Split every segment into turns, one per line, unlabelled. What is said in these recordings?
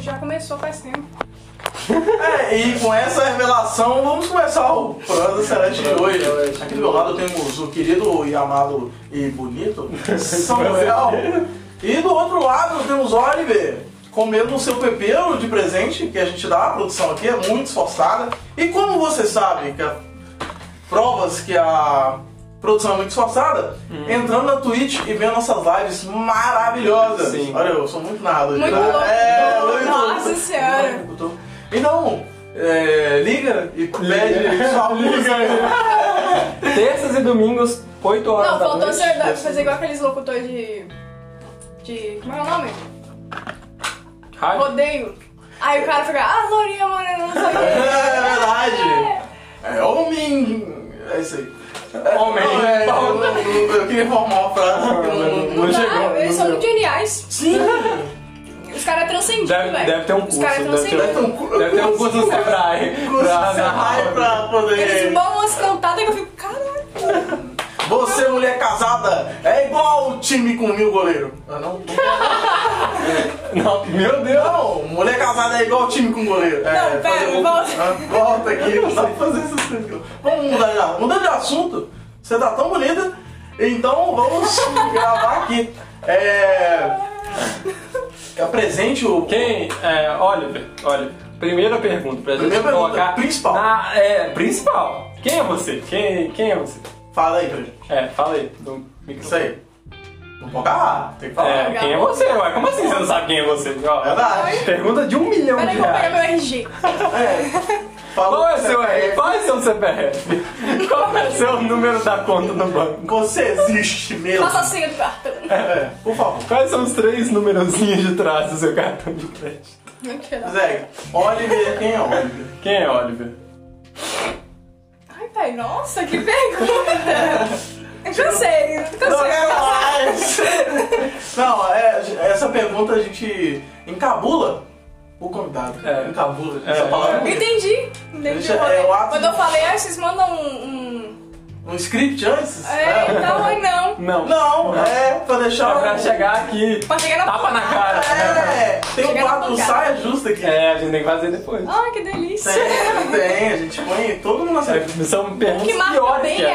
já começou faz tempo.
É, e com essa revelação, vamos começar o Prosa Celeste de hoje. Aqui do meu lado temos o querido e amado e bonito Samuel. E do outro lado temos Oliver, comendo o seu pepeu de presente, que a gente dá, a produção aqui é muito esforçada. E como você sabe que a- provas que a produção é muito esforçada, entrando na Twitch e vendo nossas lives maravilhosas.
Sim.
Olha, eu sou muito nada.
Muito
né?
louco.
É, muito
Nossa
louco.
Senhora.
Muito louco, tô- Então, é, liga e pede sua música.
Terças e domingos, 8 horas
Não,
da
faltou
noite.
ser deve fazer igual aqueles locutores de. de. como é o nome?
Rádio.
Rodeio. Aí o cara fica, ah, Lourinha Morena, não sei o
É
quê.
verdade. É homem. É isso aí. É,
Homem.
não, é, eu, eu- eu queria formar uma frase. que eu não-
Não
Não dá,
chegou,
Ah, eles
não
são
deu.
muito geniais.
Sim,
Os caras transcendidos,
Deve-
velho.
deve ter um
Os
curso,
caras é
deve
deve ter
transcendidos.
um cu-
Deve ter um curso no Sebrae.
curso
pra-
Senai pra poder.
um
Eles vão umas cantadas que eu fico, caralho.
Você, mulher casada, é igual o time com mil goleiro. Ah, não,
Não, meu Deus.
não, mulher casada é igual o time com goleiro. é,
Não, pera,
fazer um-
volta.
Ah, Volta aqui, não sabe fazer essas coisas. Vamos mudar de assunto. Mudando de assunto, você tá tão bonita, então vamos gravar aqui. É. Apresente o.
Quem? É, Oliver, Oliver. Primeira pergunta pra gente
Primeira pergunta,
colocar.
principal.
na- é, principal. Quem é você? Quem, quem é você?
Fala aí pra gente.
É, fala aí. No
Isso
microfone.
aí. Não pode agarrar, tem que falar.
É, quem é você? Ué, como assim você não sabe quem é você? Ó,
Verdade.
Pergunta de um milhão
Peraí
de
que eu vou pegar
reais.
meu RG.
É. Fala.
Qual é seu RF? Qual é seu CPF? Qual é seu número da conta no banco?
Você existe mesmo.
Passa a senha do cartão.
É, por favor.
Quais são os três numerozinhos de trás do seu cartão de crédito?
Mentira.
Zé, Oliver, quem é Oliver?
Quem é Oliver?
Ai, velho, nossa, que pergunta. É Eu cansei, eu
é
Não
cansei.
quero mais! é Não, é, essa pergunta a gente encabula o convidado.
É.
Encabula,
É.
essa palavra. é
Eu
bonita.
Entendi. Entendi.
Deixa-
o rolê.
é o ato
Quando
de-
eu falei, ah, vocês mandam um. um...
Um script antes?
É, então, aí não.
Não.
Não, é pra deixar.
É pra chegar aqui.
Pra chegar na
Tapa na cara. né?
É, tem um
Chegar na
quadro
pancada.
saia justa aqui.
É, a gente tem que fazer depois.
Ah, que delícia.
Tem, tem, a gente põe todo mundo na
É.
saia justa.
São perguntas
Que marca
piores
bem é
que é.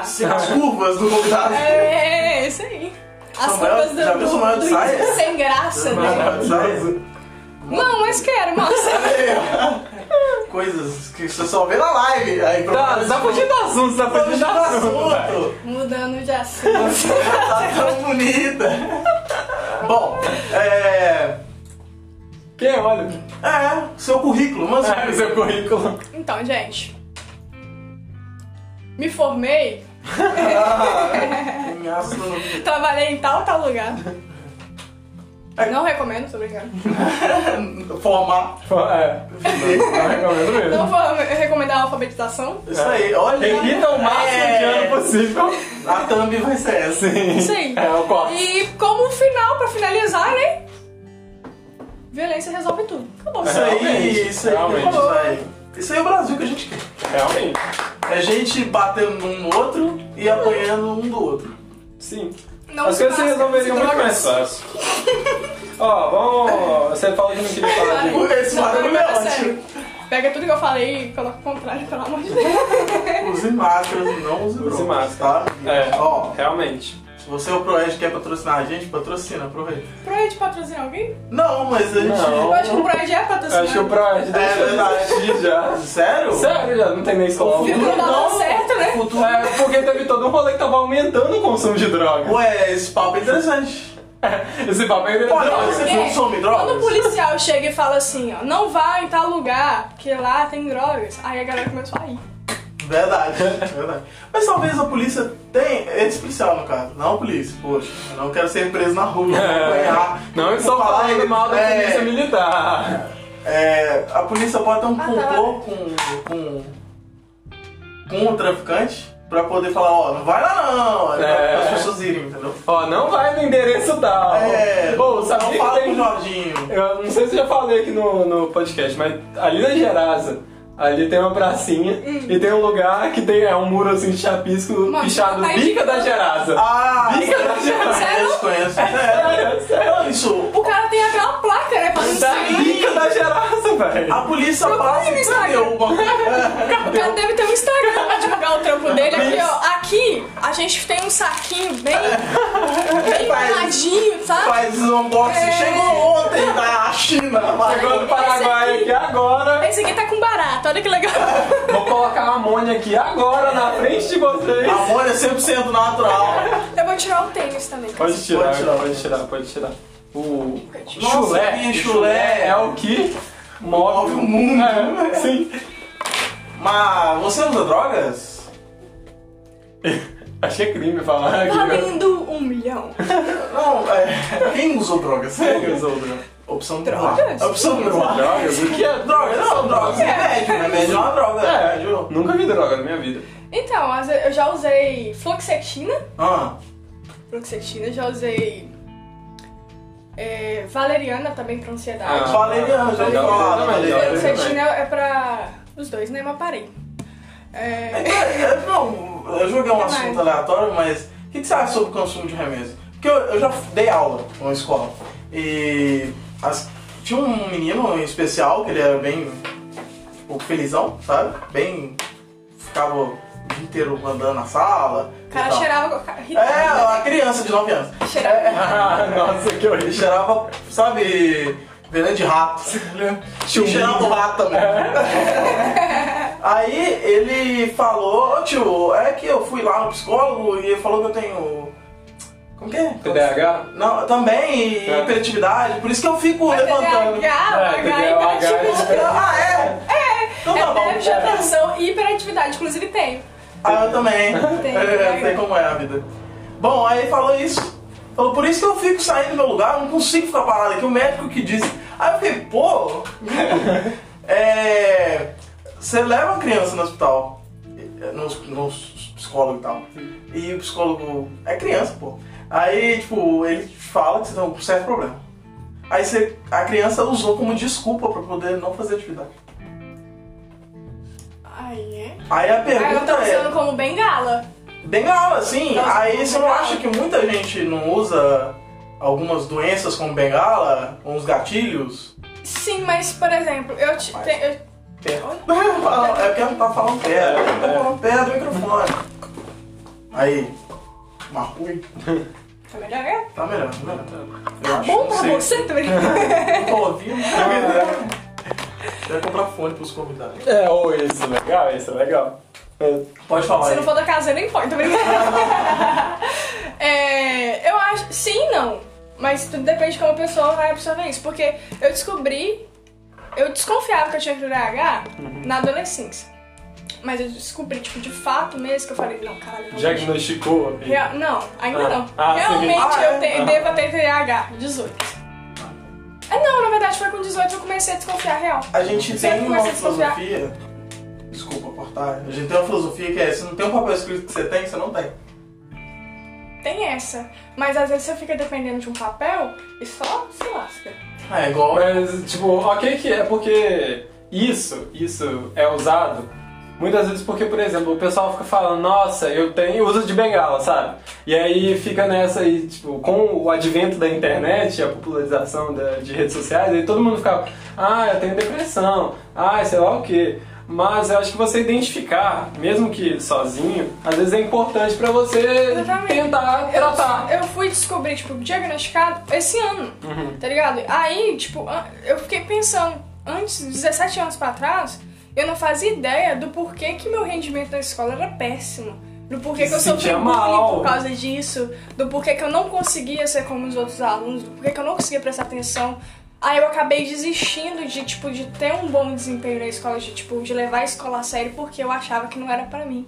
essa.
a. a-
As curvas do convidado.
É, isso aí. As
Samuel,
roupas do,
já viu Samuel de
do,
saia?
do sem graça dele.
Maravilhoso.
Não, mas quero, massa.
Coisas que você só vê na live. Aí,
Tá, você tá fugindo do assunto, você tá
Tá
fugindo do assunto. velho.
assunto.
Mudando de assunto.
tá tão bonita. Bom, é.
Quem é Oliver?
É, seu currículo, mas.
É, o seu currículo.
Então, gente. Me formei,
É,
trabalhei em tal, tal lugar.
É.
Não recomendo, tô brincando.
Formar.
É, não recomendo
Não
mesmo.
vou recomendar a alfabetização.
Isso aí, olha.
Evita É. o máximo de ano
É,
possível.
A thumb vai ser essa.
Sim.
Sim.
É o corte.
E como um final, pra finalizar, né? Violência resolve tudo. Acabou.
É Isso aí,
Realmente,
isso aí,
realmente.
isso aí. Isso aí é o Brasil que a gente quer.
Realmente.
É gente batendo um no outro e apanhando um do outro.
Sim.
Não
As
se
coisas se
passa,
resolveriam
se
muito
droga.
mais fácil. Ó, vamos. Você falou que não queria falar de.
Esse
Não,
barulho é
mas é
ótimo.
Pega tudo que eu falei e coloca o contrário, pelo amor de Deus.
Use máscaras, não use
Use
drogas,
máscara.
tá?
É,
Ó,
realmente.
se você é o Proed quer patrocinar a gente, patrocina, aproveita.
Proed patrocinar alguém?
Não, mas a gente.
Não.
Eu acho que o Proed é
Eu acho que o
patrocinado.
Proerd
É
deixa de
verdade.
existir já.
Sério?
Sério, já não tem nem escola.
Viu que
tá
não dava certo, né?
É, porque teve todo um rolê que tava aumentando o consumo de drogas.
Ué, esse papo é interessante.
Esse papo é
Olha,
drogas.
você
É,
consome
Quando o
drogas?
policial chega e fala assim, ó, não vá em tal lugar, porque lá tem drogas, aí a galera começou a ir.
Verdade, verdade. Mas talvez a polícia tenha. Esse policial, no caso. Não a polícia, poxa. Eu não quero ser preso na rua, não vou apanhar.
É. Não estou
Vou falar
falando
aí,
mal da
é,
polícia militar.
É, a polícia pode ter um
Ah, tá.
complô com, com. com o traficante pra poder falar: ó, não vai lá não. Aí
É.
As pessoas irem, entendeu?
Ó, não vai no endereço tal.
É.
Pô,
não
sabia que
fala com o
tem...
Jorginho.
Eu não sei se eu já falei aqui no, no podcast, mas ali na Gerasa, ali tem uma pracinha
Hum.
e tem um lugar que tem é um muro assim de chapisco
Mano,
pichado
tá
bica
indicando.
da Gerasa.
Ah!
Bica da Gerasa.
Conheço, conheço. É,
Sério, sério.
isso.
O cara tem até uma placa, né? Falando
Da
assim.
é bica velho.
A polícia
Procura
passa
no
é
e cadê
Instagram.
o bagulho?
O cara deve ter um Instagram pra divulgar o trampo dele. Aqui, ó. Aqui, a gente tem um saquinho bem. bem tá?
Faz-
embaladinho, sabe?
Faz um unboxing.
É.
Chegou ontem da China.
Chegou do
Chegou
Paraguai
Esse aqui.
aqui agora.
Esse aqui tá com barato, olha que legal.
Vou colocar a amônia aqui agora na frente de vocês.
Amônia 100% natural.
Eu vou tirar o tênis também. cara.
Pode tirar,
Pode tirar.
pode tirar, pode tirar. O
Nossa,
chulé,
que
chulé é o que move
Move o mundo.
É, sim.
Mas você usa drogas?
Achei crime falar aqui. né?
Valendo um milhão.
Não, é, quem usou drogas?
Quem usou drogas?
Opção
Drogas?
A Opção droga.
Drogas? O que é
Droga, não, drogas.
É.
Remédio, remédio é uma droga.
É, nunca vi droga na minha vida.
Então, às vezes eu já usei fluoxetina.
Ah,
Fluoxetina, já usei. é, valeriana também pra ansiedade.
Ah, né? valeriana, já ouvi
legal,
falar,
também,
valeriana.
já ouvi também.
fluoxetina é pra. os dois, né? Mas parei. É,
então, é, não, eu joguei um
Que
assunto
mais?
aleatório, mas o que, que você acha sobre o consumo de remédio? Porque eu, eu já dei aula numa escola e as- tinha um menino em especial que ele era bem tipo, felizão, sabe? Bem. ficava o dia inteiro andando na sala.
o
e
cara
tal.
cheirava.
Tá. É,
irritado, né?
uma criança de 9 anos.
Cheirava.
Ah, nossa, que
Ele
horrível.
cheirava, sabe, veneno de rato. Ele
Chumbinho.
cheirava o rato também. Aí ele falou, ô tio, é que eu fui lá no psicólogo e ele falou que eu tenho. Como que é?
TDAH?
Não, também, e
É.
hiperatividade, por isso que eu fico
Mas
levantando.
TDAH, É, Ah, H, um
É, TDAH,
hiperatividade.
Ah, é? É! Então tá
É
bom.
déficit de atenção e hiperatividade, inclusive tem.
Ah, eu também.
Tem,
eu
tem.
sei como é a vida. Bom, aí ele falou isso. Falou, por isso que eu fico saindo do meu lugar, eu não consigo ficar parado aqui. O médico que disse. Aí eu fiquei, pô. é. Você leva a criança no hospital, é, no, no psicólogo e tal. E o psicólogo é criança, pô. Aí, tipo, ele fala que você tem um certo problema. Aí você, a criança usou como desculpa pra poder não fazer atividade.
Ai, é?
Aí a
Aí eu
pergunta
tô
é.
usando como bengala.
Bengala, sim.
Nossa,
assim. Aí você não
bengala.
acha que muita gente não usa algumas doenças como bengala, uns gatilhos?
Sim, mas, por exemplo, eu te.
Mas-
te- eu-
Pedra. é porque não tá falando pedra.
É,
Não tá falando pedra do microfone. Aí. Marcou?
Tá melhor é?
Tá melhor, tá melhor. Eu
Tá
acho,
bom
não
pra
sei.
você Tá também.
Não tô ouvindo. Você vai comprar fone pros convidados.
É, ou isso é legal, isso é legal. É,
Pode falar
Se
aí.
não for da casa, nem pode, tô brincando. É, eu acho. Sim, e não. Mas tudo depende de como a pessoa vai absorver isso. Porque eu descobri. Eu desconfiava que eu tinha TDAH na adolescência. Mas eu descobri, tipo, de fato mesmo, que eu falei, não, caralho, não.
Diagnosticou.
Real- Não, ainda
Ah.
não.
Ah, sim.
Realmente
Ah, é?
eu te-
Ah.
devo ter TDAH, 18. Ah, não, na verdade foi com 18 que eu comecei a desconfiar real.
A gente
Você
tem uma
começa a desconfiar.
filosofia. Desculpa cortar. A gente tem uma filosofia que é: se não tem um papel escrito que você tem, você não tem.
Tem essa. Mas às vezes você fica dependendo de um papel e só se lasca.
Ah, É igual.
Mas, tipo, ok que é porque isso, isso é usado muitas vezes porque, por exemplo, o pessoal fica falando, nossa, eu tenho uso de bengala, sabe? E aí fica nessa aí, tipo, com o advento da internet, a popularização da- de redes sociais, aí todo mundo ficava, ah, eu tenho depressão, ah, sei lá o quê. Mas eu acho que você identificar, mesmo que sozinho, às vezes é importante pra você
Exatamente.
tentar
Eu,
tratar.
eu fui descobrir, tipo, diagnosticado esse ano,
Uhum.
tá ligado? Aí, tipo, an- eu fiquei pensando, antes, 17 anos pra trás, eu não fazia ideia do porquê que meu rendimento na escola era péssimo. Do porquê que eu
Se
sofri
sentia
bullying
mal.
por causa disso, do porquê que eu não conseguia ser como os outros alunos, do porquê que eu não conseguia prestar atenção. Aí eu acabei desistindo de, tipo, de ter um bom desempenho na escola, de, tipo, de levar a escola a sério, porque eu achava que não era pra mim.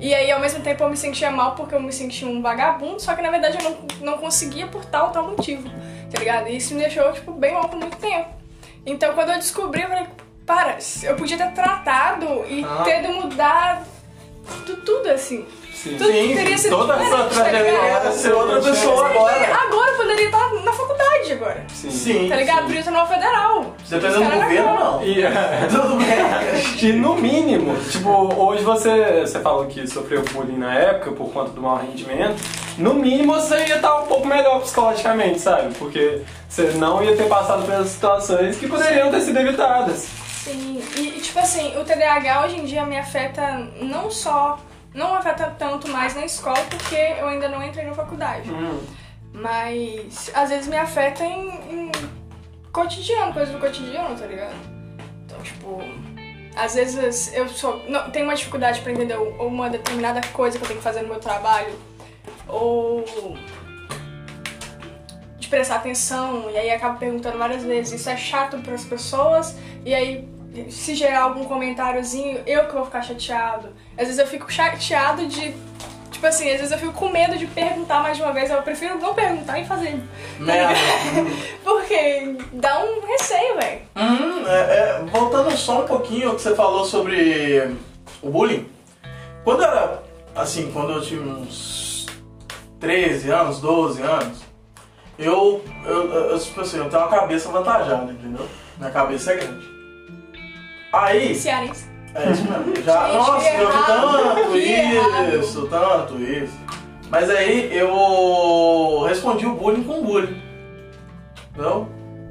E aí, ao mesmo tempo, eu me sentia mal porque eu me sentia um vagabundo, só que na verdade eu não, não conseguia por tal ou tal motivo, tá ligado? E isso me deixou, tipo, bem mal por muito tempo. Então, quando eu descobri, eu falei, para, eu podia ter tratado e
Ah.
ter mudado tudo assim.
Sim.
Tudo teria sido
toda essa
diferente, tá
trajetória
ligado?
era ser outra
Sim.
pessoa
E
agora.
agora eu poderia estar na faculdade agora.
Sim.
Sim.
Tá ligado? Podia estar numa federal.
Dependendo do
Cara,
governo, não. é,
E-
Tudo bem.
E no mínimo, tipo, hoje você, você falou que sofreu bullying na época por conta do mau rendimento. No mínimo você ia estar um pouco melhor psicologicamente, sabe? Porque você não ia ter passado pelas situações que poderiam ter sido evitadas.
Sim, e, e, tipo assim, o TDAH hoje em dia me afeta não só, não afeta tanto mais na escola, porque eu ainda não entrei na faculdade.
Hum.
Mas às vezes me afeta em, em cotidiano, coisa do cotidiano, tá ligado? Então, tipo, às vezes eu sou, não, tenho uma dificuldade pra entender ou uma determinada coisa que eu tenho que fazer no meu trabalho, ou de prestar atenção, e aí acabo perguntando várias vezes. Isso é chato pras pessoas, e aí se gerar algum comentáriozinho, eu que vou ficar chateado. Às vezes eu fico chateado de. Tipo assim, às vezes eu fico com medo de perguntar mais de uma vez, eu prefiro não perguntar e fazer.
Merda.
Porque dá um receio, velho.
Hum, é- é, voltando só um pouquinho ao que você falou sobre o bullying. Quando eu era, assim, quando eu tinha uns 13 anos, 12 anos, eu, eu, eu, tipo assim, eu tenho uma cabeça avantajada, entendeu? Minha cabeça é grande. Aí,
Cearense.
é isso mesmo. Já,
Gente,
nossa,
que
eu vi
errado,
tanto
que errado.
isso, tanto isso. Mas aí eu respondi o bullying com bullying. Não?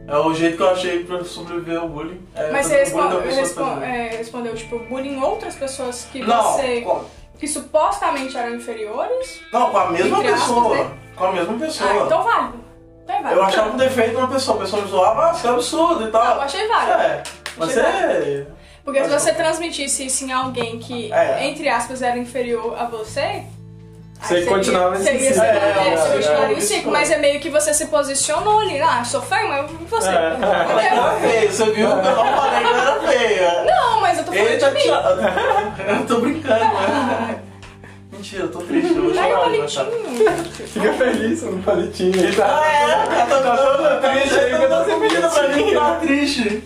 É o jeito que eu achei pra sobreviver ao bullying. É
Mas você
fazer o bullying
respon-
da pessoa
respon-
fazer.
é, respondeu, tipo, bullying outras pessoas que
Não,
você.
com,
que supostamente eram inferiores?
não, com a mesma
Entre aspas,
pessoa.
né?
Com a mesma pessoa.
Ah, então válido. Então é válido.
Eu achava um defeito na pessoa, a pessoa me zoava, ah, isso é absurdo e
Não, eu
tal.
achei válido.
é, mas
tá-
você.
Porque se você transmitisse isso em alguém que,
É.
entre aspas, era inferior a você. aí
Você
seria-
continuava nesse
seria,
ciclo.
seria,
É,
é, você
é,
continuaria
é,
em ciclo,
isso.
mas é meio que você se posicionou ali, ah, sou feio, mas você.
É.
Falei que era feio, você viu? Eu não falei que era feio.
Não, mas eu tô falando
Ele
de
tá
mim.
tirado. Eu tô brincando, né? Mentira, eu tô triste. Eu vou
Pega o
chorar hoje,
palitinho.
sabe?
Fica feliz no palitinho aí,
Ah,
tá?
é? Tá todo triste aí,
Eu tô
eu pedindo pra mim que
triste.
tá triste.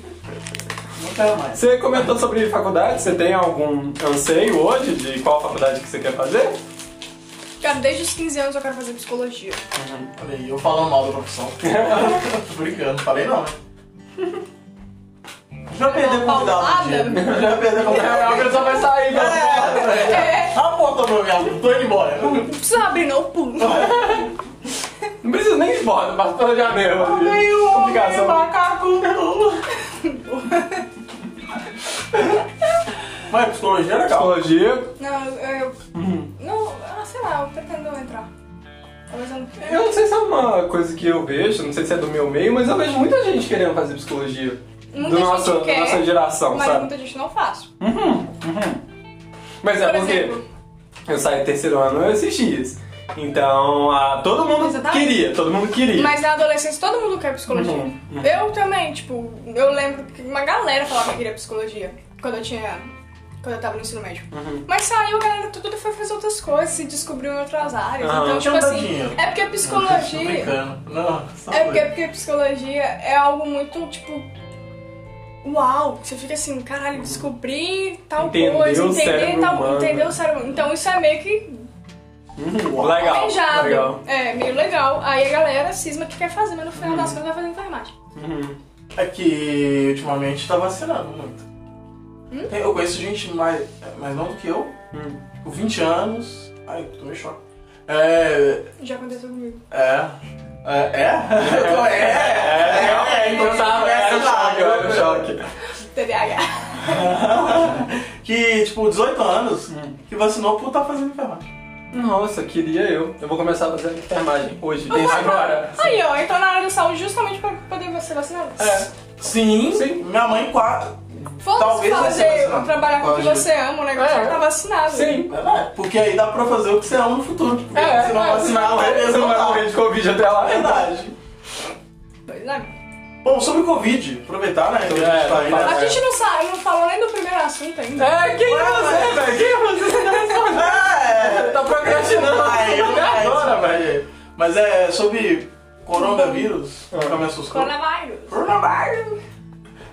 Não quero mais.
Você comentou sobre faculdade, você tem algum anseio hoje de qual faculdade que você quer fazer?
Cara, desde os 15 anos eu quero fazer psicologia.
Olha aí, eu falando mal da profissão. tô brincando, falei não, né? Já perdeu
Uma
convidado um
paulada.
dia. Já perdeu
A
convidado.
pessoa vai sair, cara.
É.
A porta meu galo, tô indo embora.
Precisa abrir não, pum.
Não precisa nem ir embora, passa pela janela. Complicação.
macaco. Mas psicologia é legal.
Psicologia.
Não, eu. eu-
Uhum.
Não, ah, sei lá, eu pretendo entrar. Talvez eu não.
Eu não sei se é uma coisa que eu vejo, não sei se é do meu meio, mas eu vejo muita gente querendo fazer psicologia.
Muita
do
gente
nosso, da
quer,
nossa geração,
mas
sabe?
muita gente não faz.
Mas é
Por
porque
exemplo,
eu saí do terceiro ano esses dias. Então, ah, todo mundo
Exatamente.
queria, todo mundo queria.
mas na adolescência todo mundo quer psicologia.
Uhum,
Eu também, tipo, eu lembro que uma galera falava que queria psicologia quando eu tinha. quando eu tava no ensino médio.
Uhum.
Mas saiu, a galera tudo foi fazer outras coisas, se descobriu em outras áreas.
Ah,
então, tipo
tinha um
assim,
dadinho.
é porque a
Tô
psicologia.
brincando. Não, só
tá
É porque,
foi.
porque psicologia é algo muito, tipo. Uau! Você fica assim, caralho, descobrir tal
Entender
coisa,
Uhum. o
entender
cérebro
tal.
humano.
Entender o cérebro. Então isso é meio que
Uhum, legal,
almejado.
legal.
É, meio legal. Aí a galera cisma que quer fazer, mas no final das contas vai fazer enfermagem.
Uhum.
É que ultimamente tá vacinando muito. Tem- Eu conheço gente mais, mais nova do que eu,
Hum.
tipo 20 anos. Ai, tô meio choque. É.
Já aconteceu comigo.
É. É? É? Eu tô- É?
É, realmente, eu tava era choque, eu era choque.
TDAH.
Que, tipo, 18 anos,
Hum.
que vacinou por tá fazendo enfermagem.
Nossa, queria eu. Eu vou começar a fazer enfermagem hoje, agora.
Aí, ó, então na área da saúde justamente pra poder ser vacinado.
É. Sim,
Sim.
minha mãe quase.
Foda-se
Talvez vai ser
fazer
vacinado.
trabalhar com o que
Pode.
você ama, o negócio
É.
já tá vacinado.
Sim.
É, porque aí dá pra fazer o que você ama no futuro. Porque
É,
se não vacinar, vai É
você não vai morrer de Covid até lá.
Verdade.
Pois é.
Bom, sobre o Covid, aproveitar, né? que a gente
É,
tá aí, né?
fala.
A gente não sabe, não falou nem do primeiro assunto ainda.
É, quem é você, velho? Quem é você?
É,
Tá procrastinando.
Ai, eu-
Até agora, velho.
Mas é sobre coronavírus, é
Ah.
nunca me assustou.
Coronavírus.
Coronavírus!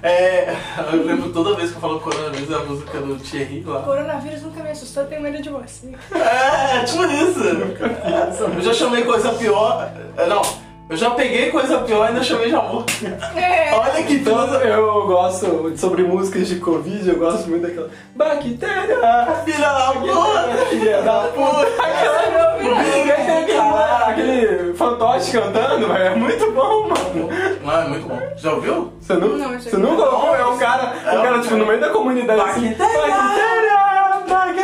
É, eu lembro toda vez que eu falo coronavírus, é a música do Thierry lá.
Coronavírus nunca me assustou, eu tenho medo de você.
É, tipo isso. Eu já chamei coisa pior. É, Não, Eu já peguei coisa pior e ainda chamei de amor.
É.
Olha que
Então
coisa.
eu gosto sobre músicas de Covid, eu gosto muito daquela. Bactéria!
Filha da puta!
Filha da
Puta!
Cara, Aquele fantoche cantando, velho, é muito bom, mano.
Mano, é muito bom. Já ouviu?
Você, não,
Não, isso
você
aí.
nunca ouviu? É um cara,
É
um
um-
cara tipo, no meio da comunidade assim.
Bactéria!
Bactéria!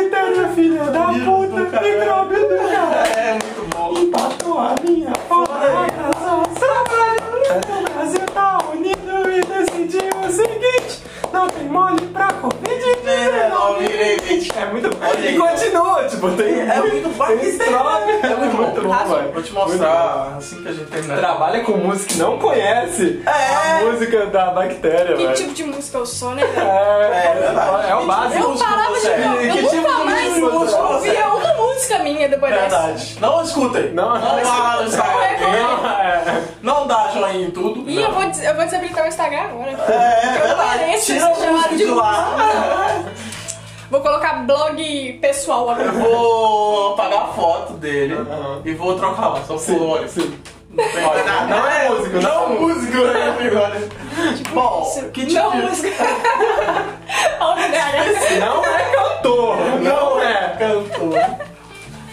Bactéria, filha da
Filho
puta!
do caralho.
Micróbio do cara!
É muito bom.
Empatou a minha porra! Trabalhando no Brasil tá unido e decidiu o seguinte: não tem mole pra Covid-19! É muito bom.
Olha aí.
E continua, tipo, tem.
É muito
tem troca.
bactéria. É muito bom.
velho.
Vou te
Muito
mostrar assim que a gente terminar.
bom. Trabalha com música que não conhece
É.
a música da bactéria,
Que
velho.
tipo de música eu sou, né?
É,
verdade.
é, o
Que
básico.
tipo
Eu
música
parava de
você é?
ouvir.
Que
Eu
tipo de
nunca mais
música você
ouvia
é?
uma música minha depois
É
dessa.
verdade. Não escutem.
Não.
não vá no Instagram.
Não, é.
Não dá joinha em tudo.
E eu vou, des- eu vou desabilitar o Instagram agora.
É, é
Eu
verdade.
mereço
Tira
ser
o
chamado
músico
de
de lá.
Vou colocar blog pessoal
Eu
agora.
vou apagar a foto dele
Aham.
e vou trocar lá. Só por olhos.
Sim.
Não tem nada.
não é músico,
Não
não.
músico, né, Gregório? Bom,
Isso.
que tipo
Não, é
de-
música. Olha, cara.
Não é cantor. Não é.
cantor.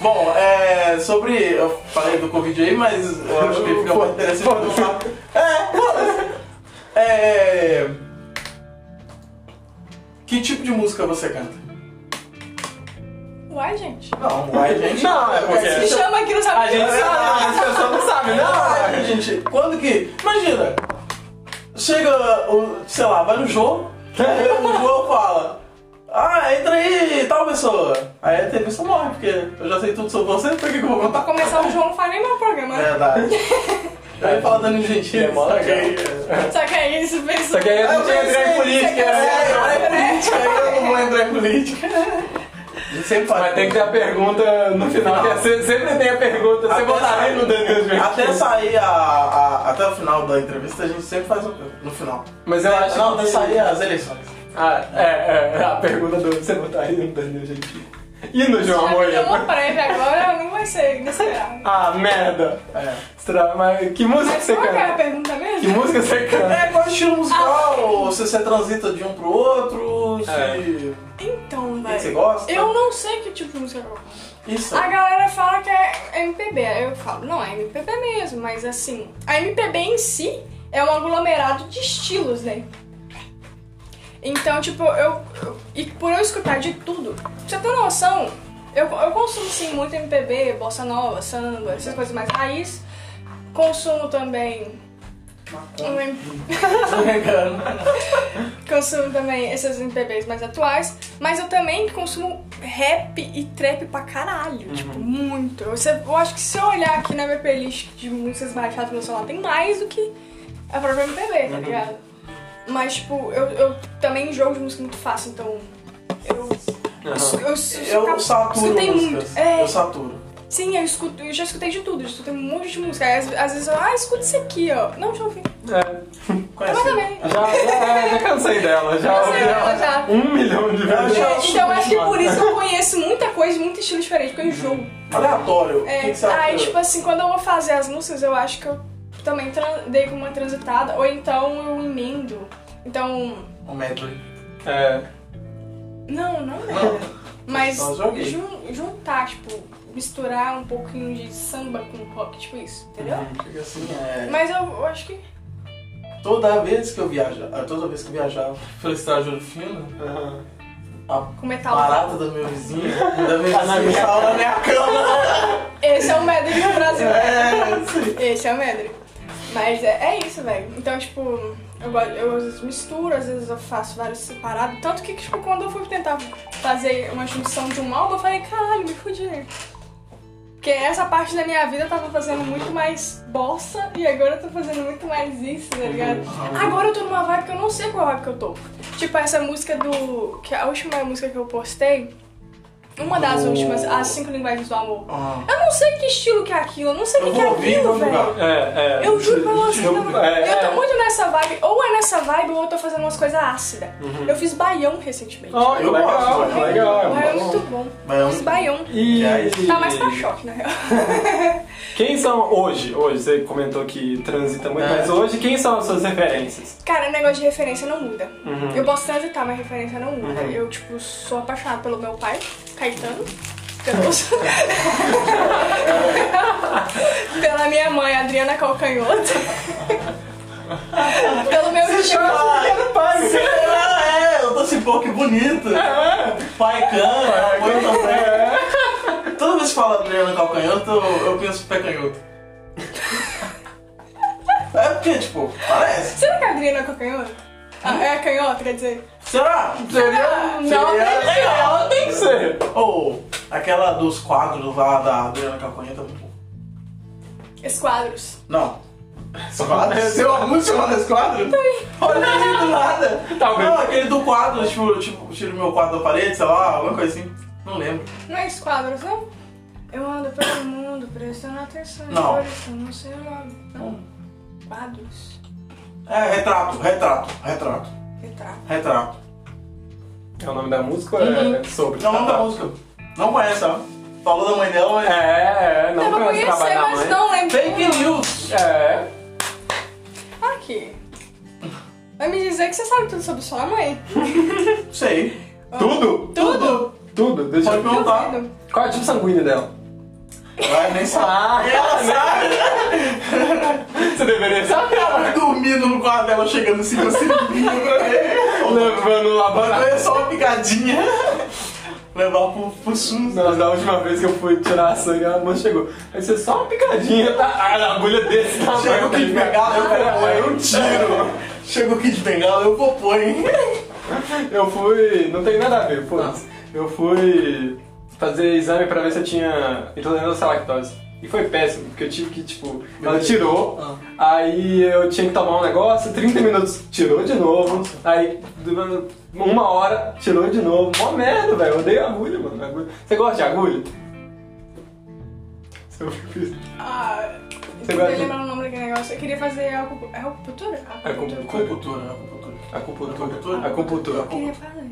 Bom, é, sobre. Eu falei do Covid aí, mas eu acho que fica mais interessante conversar. É, foda-se. É. Que tipo de música você canta?
Uai, gente.
Não, vai, gente. né?
Não, é porque-
Me chama aqui no
A
sabe.
gente
É,
sabe, mas as pessoas não sabem,
Ai,
não.
né? gente, quando que. Imagina! Chega, o, sei lá, vai no jogo, aí o jogo fala. Ah, entra aí, tal pessoa. Aí a pessoa morre, porque eu já sei tudo sobre você, por que, que eu vou
Pra
contar?
começar o João não faz nem meu programa, né?
Verdade. Aí fala dando gentil,
Demora,
Só que aí isso fez.
É.
um-
Só que aí a gente entra em política, né?
Eu não vou entrar em política. A gente sempre faz.
Mas tem que ter a pergunta no final. que é se- sempre tem a pergunta. Você
Até
votaria
sair-
no Danilo Gentili?
Até sair a, a- até o final da entrevista, a gente sempre faz o, no final.
Mas eu acho
Não,
que-
até sair as eleições.
Ah, é, é. A pergunta do você votaria no Danilo Gentili? E no João
uma
Moreira?
prévia agora, não vai ser inesperado.
né? Ah, merda.
É.
Será- Mas que música
Mas
você
qual que é a
canta?
pergunta
Que
mesmo?
música você canta?
É qual estilo musical? Se você transita de um pro outro, se.
É.
Então,
O que você
velho.
gosta?
Eu não sei que tipo de música eu gosto.
Isso.
A galera fala que é MPB, aí eu falo, não, é MPB mesmo, mas assim, a MPB em si é um aglomerado de estilos, né? Então, tipo, eu. eu- E por eu escutar de tudo, pra você ter noção, eu, eu consumo sim muito MPB, bossa nova, samba, essas coisas mais raiz. Consumo também. um M-
Tô brincando.
Consumo também esses MPBs mais atuais, mas eu também consumo rap e trap pra caralho, tipo, muito. Você, eu acho que se eu olhar aqui na minha playlist de músicas baixadas no meu celular, tem mais do que a própria MPB, tá ligado? Mas, tipo, eu, eu também jogo de música muito fácil, então eu...
Aham.
Eu, eu,
Eu saturo
escutei
músicas.
muito. É,
Eu saturo.
sim, eu, escuto, eu já escutei de tudo, eu escutei um monte de música. Aí, Às, às vezes eu, ah, escuta isso aqui, ó. Não, já ouvi.
É.
Mas
Conhece?
também.
Já, já, já cansei dela, já
Cansei
ouvi
dela, já.
um milhão de vezes.
já-
É, então eu acho que por isso eu conheço muita coisa, muito estilo diferente, porque eu enjoo.
Aleatório.
É,
Uhum. o que, que você
aí,
acha?
tipo assim, quando eu vou fazer as músicas, eu acho que eu também tran- dei uma transitada, ou então eu emendo. Então,
Um medley.
É.
não, não é. Mas
Só joguei.
jun- juntar, tipo, misturar um pouquinho de samba com rock, tipo isso, entendeu?
Porque assim, é.
Mas eu, eu acho que.
Toda vez que eu viajava, toda vez que eu viajava pela estrada de Ouro Fino,
Aham.
Com metal.
barata da minha vizinha, da minha
Tá na
vizinha
minha
estava na minha cama.
Esse é o medley do Brasil.
É, sim.
Esse é o medley. Mas é, é isso, velho. Então, tipo, eu, gosto- eu às vezes misturo, às vezes eu faço vários separados. Tanto que, tipo, quando eu fui tentar fazer uma junção de um álbum, eu falei, caralho, me fudi. Porque essa parte da minha vida eu tava fazendo muito mais bossa e agora eu tô fazendo muito mais isso, tá ligado?
Uhum.
Agora eu tô numa vibe que eu não sei qual vibe que eu tô. Tipo, essa música do. que é A última música que eu postei, uma das
Do-
últimas, As Cinco Linguagens do Amor.
Oh. Ah,
Eu não sei que estilo que é aquilo, eu não sei o
Eu
que que é
vou um ouvir e
aquilo,
vou julgar.
velho.
É, é.
Eu juro pra você,
Eu-
não.
é,
eu tô
é.
muito nessa vibe. Ou é nessa vibe ou eu tô fazendo umas coisas ácidas. Eu fiz baião recentemente.
Ó, que
Eu
legal,
gosto,
Uhum. Ah, que legal.
baião é
bom.
muito bom.
mas é um-
Fiz baião.
E...
Tá
Tá mais pra choque, na real.
Quem são hoje? Hoje, você comentou que transita muito,
É.
mas hoje quem são as suas referências?
Cara, o negócio de referência não muda.
Uhum.
Eu posso transitar, mas referência não muda.
Uhum.
Eu, tipo, sou apaixonada pelo meu pai, Caetano. Veloso. Pela minha mãe, Adriana Calcanhoto. Pelo meu tio.
Pai, pai, ah, é, eu tô assim, pô, que bonito. Pai cana, apoio também. Toda vez que fala Adriano Calcanhoto, eu eu penso pé canhoto. É porque, tipo, parece.
Será que a Adriana é canhoto? Ah, é canhota, quer dizer?
Será? Seria?
Não, não tem que ser. Não tem que ser.
Você.
Ou aquela dos quadros lá da Adriana Calcanhoto é muito bom.
Esquadros.
Não. Seu amor chamado esse quadro? Olha, não entendi do nada.
Talvez.
Não, aquele do quadro, tipo, tipo, tira o meu quadro da parede, sei lá, alguma coisa assim. Não lembro.
Não é esquadros, não? Eu ando pelo mundo prestando atenção.
Não.
Por isso eu não sei o nome. Não. Quadros.
É, retrato, retrato, retrato,
Retrato.
retrato.
É o nome da música ou
Uhum.
é sobre?
É o nome da música. Não conhece, ó. Falou da mãe dela, mas...
É, é, não
Eu vou
conheço o
conhecer,
trabalho da
mas
mãe.
não lembro.
Fake news.
É.
Aqui. Vai me dizer que você sabe tudo sobre sua mãe.
Sei.
Tudo?
Tudo.
Tudo, deixa
Pode
eu
Duvido.
perguntar.
Qual é o tipo sanguíneo dela?
Vai, nem sabe.
Ah,
Ela sabe.
você deveria saber.
Ela dormindo no quarto dela, chegando assim, com esse limpinho pra ver.
Levando a
Mandou
banana.
é só uma picadinha. Levar pro, pro SUS.
Não, da última vez que eu fui tirar a sangue, a mãe chegou. Aí você só uma picadinha, tá? Ah, a agulha desse tamanho.
Chega o
tá
Kid
ligado?
Bengala, eu propõe,
É,
eu tiro. Chega o Kid Bengala, eu proponho.
Eu fui. Não tem nada a ver, pô. Eu fui fazer exame pra ver se eu tinha intolerância à lactose. E foi péssimo, porque eu tive que, tipo, ela
Deus.
tirou,
Ah.
aí eu tinha que tomar um negócio, 30 minutos tirou de novo, aí durante uma hora tirou de novo. Mó merda, velho. Eu odeio agulha, mano. Agulha. Você gosta de agulha? Você
Ah, eu
Você
tentei
gosta de-
lembrar o nome daquele negócio. Eu queria fazer acupu- é acupuntura? Acupuntura.
Acupuntura, acupuntura.
Acupuntura.
Eu queria fazer.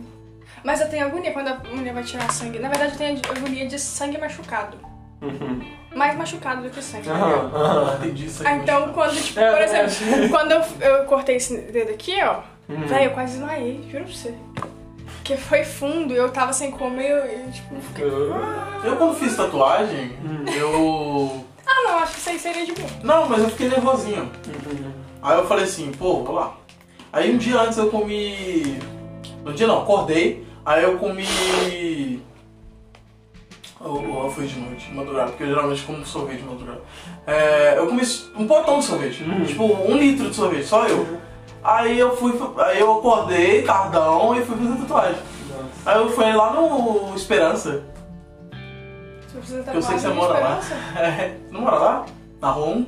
Mas eu tenho agonia quando a mulher vai tirar sangue. Na verdade, eu tenho agonia de sangue machucado.
Uhum.
Mais machucado do que sangue. tá ligado?
Aham, aham.
Entendi isso
Ah,
aí.
então quando, tipo,
É,
por
eu
exemplo, quando eu, eu cortei esse dedo aqui, ó,
Hum.
velho, eu quase esmaiei, juro pra você. Porque foi fundo, eu tava sem comer, eu, eu, tipo, fiquei.
Uhum.
Eu quando fiz tatuagem, eu.
Ah, não, acho que isso aí seria de boa.
Não, mas eu fiquei nervosinho.
Uhum.
Aí eu falei assim, pô, vou lá. Aí um dia antes eu comi. Um dia não, acordei, aí eu comi. Eu, eu fui de noite, de madrugada, porque eu geralmente como sorvete de madrugada. É, eu comi um potão de sorvete, tipo um litro de sorvete, só eu. Aí eu fui, aí eu acordei, tardão, e fui fazer tatuagem.
Nossa.
Aí eu fui lá no Esperança.
Se eu precisar
Eu sei que você
tatuagem,
mora lá.
esperança.
É, não mora lá? Na Rom?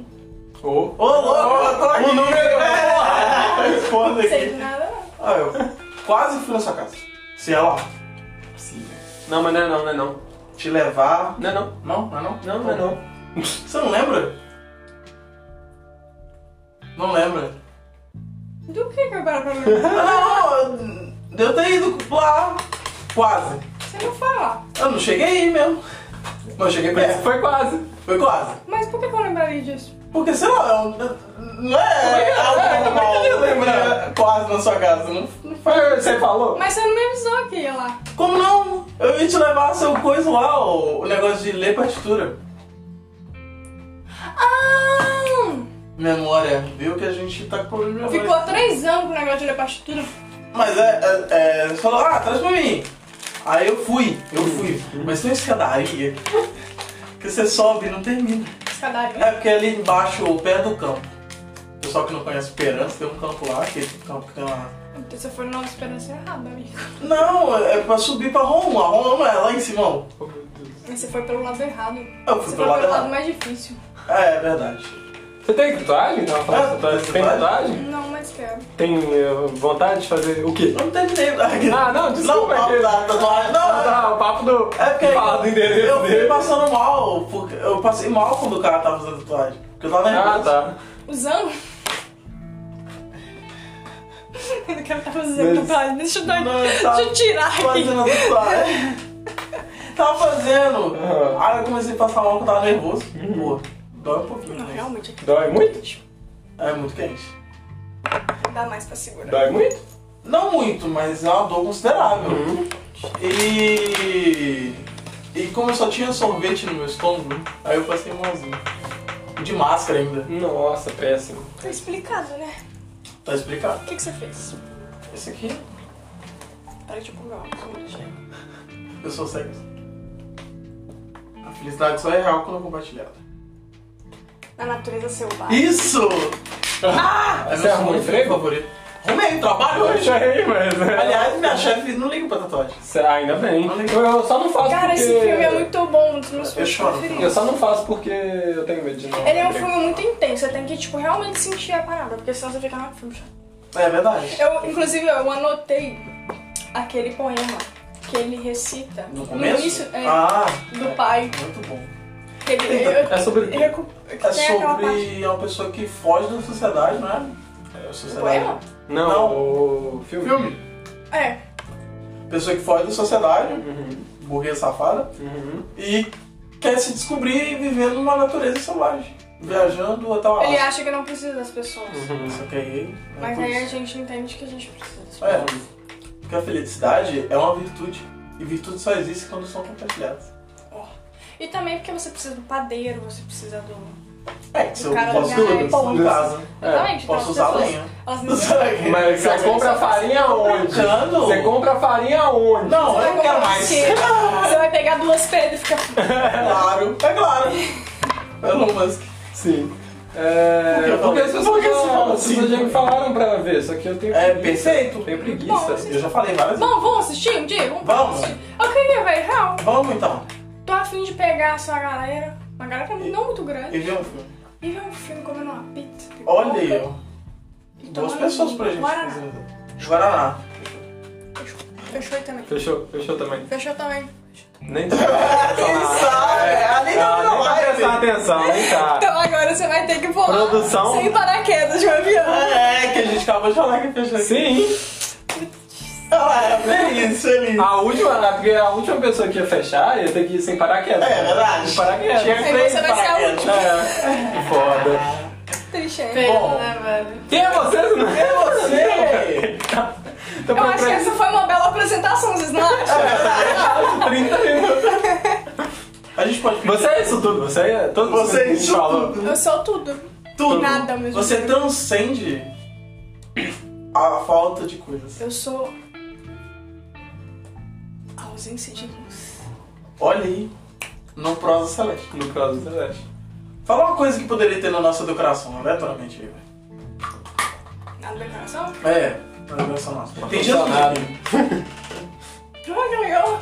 Ô.
Ô, louco, eu tô aqui.
O número
é. Responda
Não sei de
aqui.
nada, não.
Ah, eu quase fui na sua casa. Se ela
Não, mas não é não, não é não.
te levar...
Não é não.
Não, não é não?
Não, não é não.
Você não lembra? Não lembra?
Do que que eu paro pra mim?
Não, eu ter ido lá. Quase.
Você não fala.
Eu não cheguei aí mesmo. Mas eu cheguei
Mas
perto.
foi quase.
Foi quase.
Mas por que que eu lembraria disso?
Porque, sei lá, é um- não
é
é
que- é,
algo
como é que ele
normal.
lembra?
É Quase na sua casa. Não
Não foi você falou?
Mas você não me avisou que ia lá.
Como não? Eu ia te levar seu coisa lá, o, o negócio de ler partitura.
Ah!
Memória, viu que a gente tá com problema de memória.
Ficou três anos com o negócio de ler partitura.
Mas é, é, é, você falou, ah, traz pra mim. Aí eu fui, eu fui.
Uhum.
Mas tem uma escadaria que você sobe e não termina.
Escadaria.
É porque ali embaixo, o pé do campo. Pessoal que não conhece Esperança, tem um campo lá, que campo que tem uma.
Então você foi no Nova Esperança errado, amigo.
Não, é pra subir pra Roma. Roma é lá em cima. ó.
Mas você foi pelo lado errado.
Eu fui
Você foi né?
pro
pelo
lado
lado
errado.
mais difícil.
É, é verdade.
Você tem tatuagem? Tava falando de tatuagem. Tem tatuagem?
Não, mas quero.
Tem eh, vontade de fazer o quê?
Eu não terminei. Ah,
Ah, não, desculpa.
Não,
é que-
não, não, não, não.
Ah, o papo do.
É porque
Fala do endereço
eu fiquei
dele.
passando mal, porque eu passei mal quando o cara tava fazendo tatuagem. Porque eu tava
Ah,
nervoso.
tá.
Usando? Eu não quero estar tá fazendo
Mas-
tatuagem. Deixa eu, dar...
Não, tá.
Deixa eu tirar aqui.
Fazendo a tatuagem. tava fazendo.
Aham. Uhum.
Aí eu comecei a passar mal porque eu tava nervoso. Pô, Dói um pouquinho.
Não,
né?
realmente aqui
Dói muito?
É muito quente.
não dá mais pra segurar.
Dói muito?
Não muito, mas é uma dor considerável.
Uhum. Hum.
E. E como eu só tinha sorvete no meu estômago, aí eu passei malzinho. De máscara ainda.
Nossa, péssimo.
Tá explicado, né?
Tá explicado?
O que, que você fez?
Esse aqui,
Para de pulgar um
eu sou cego. A felicidade só é real quando compartilhada.
Na natureza selvagem.
Isso! Ah!
Você é arrumou
sonho
emprego?
favorito. Arrumei, trabalho hoje.
achei, mas. é.
Aliás, minha chefe não liga pra tatuagem.
Cê- ah, Ainda bem. Eu só não faço
Cara,
porque...
esse filme é muito bom, um dos meus
Eu
filmes
choro.
Eu
preferidos.
só não faço porque eu tenho medo de não...
Ele é um filme muito intenso, você tem que, tipo, realmente sentir a parada, porque senão você fica na filme chato.
É verdade.
Eu, inclusive, eu anotei aquele poema que ele recita
No começo?
início é,
Ah,
do pai.
muito bom.
que Ele,
É sobre...
ele recu- que
É
tem aquela parte.
sobre uma pessoa que foge da sociedade, não é? É a
do
sociedade.
Poema?
Não,
Não.
o filme.
É.
Pessoa que foge da sociedade,
Uhum,
burguesa safada,
uhum.
e quer se descobrir vivendo numa natureza selvagem. Viajando até o
Ele
Alasca.
acha que não precisa das pessoas.
Só que aí, né,
Mas
por
aí a
isso.
gente entende que a gente precisa. das
É, porque a felicidade é uma virtude. E virtudes só existem quando são compartilhadas.
E também porque você precisa do padeiro, você precisa do.
É, que se eu
cara
posso
ganha pão
pão em
em
casa,
É.
Exatamente. então, as
posso usar
pessoas-
lenha.
Elas não
Sabe?
Mas você
Sabe,
compra
você
farinha aonde?
Brincando.
Você compra farinha aonde?
Você
Não, eu
vai
não quero
comprar
mais.
você. Você vai pegar duas pedras e fica.
Claro, é claro. Elon Musk.
Sim. É...
Por que eu
Porque
falei?
as
Por
pessoas
que você fala
já, as
assim?
pessoas já me falaram pra ver, só que eu tenho
É
preguiça.
perfeito.
Tenho
Bom,
preguiça.
Eu já falei várias vezes.
Vamos, vamos assistir um dia?
Vamos.
assistir. Eu queria, velho, real.
Vamos então.
Tô afim de pegar essa galera. Uma galera é não muito grande.
Eu vi um filme.
E ver um filme comendo uma pizza. pipoca,
Olha aí, ó.
e
Duas
tomando
pessoas pra gente
Guaraná.
fazer. Guaraná.
Fechou aí também.
Fechou, fechou também.
Fechou também.
Nem tá.
Pensar, é. Ali não,
Ah,
não,
nem tá
vai.
prestando atenção, nem tá.
Então agora você vai ter que voar
Produção.
sem paraquedas de um avião.
É, que a gente acabou de falar que
Então,
fechou aqui.
Sim,
Ah, é, feliz, feliz.
a última, né, porque a última pessoa que ia fechar ia ter que ir sem paraquedas.
É verdade.
Sem paraquedas.
Tinha
Aí
três
você vai ser a
paraquedas.
última.
É, que foda.
Triste, hein?
Bom.
né, velho?
Quem é você? Você Então, não
É você!
Tô
Eu acho que é essa foi uma bela apresentação, vocês não acham?
É.
30 minutos.
A gente pode
Você é isso tudo, você é todo
Você é
que a gente
isso
falou.
tudo.
Eu sou tudo.
Tudo.
Nada ao mesmo
Você
tempo.
transcende a falta de coisas.
Eu sou a ausência de luz.
Olha aí, no prosa celeste.
No caso do Celeste.
Fala uma coisa que poderia ter na nossa decoração, aleatoriamente aí, né? velho.
Na declaração?
É, na decoração nossa. Tem Jesus
Funcionário.
aqui.
Olha que legal!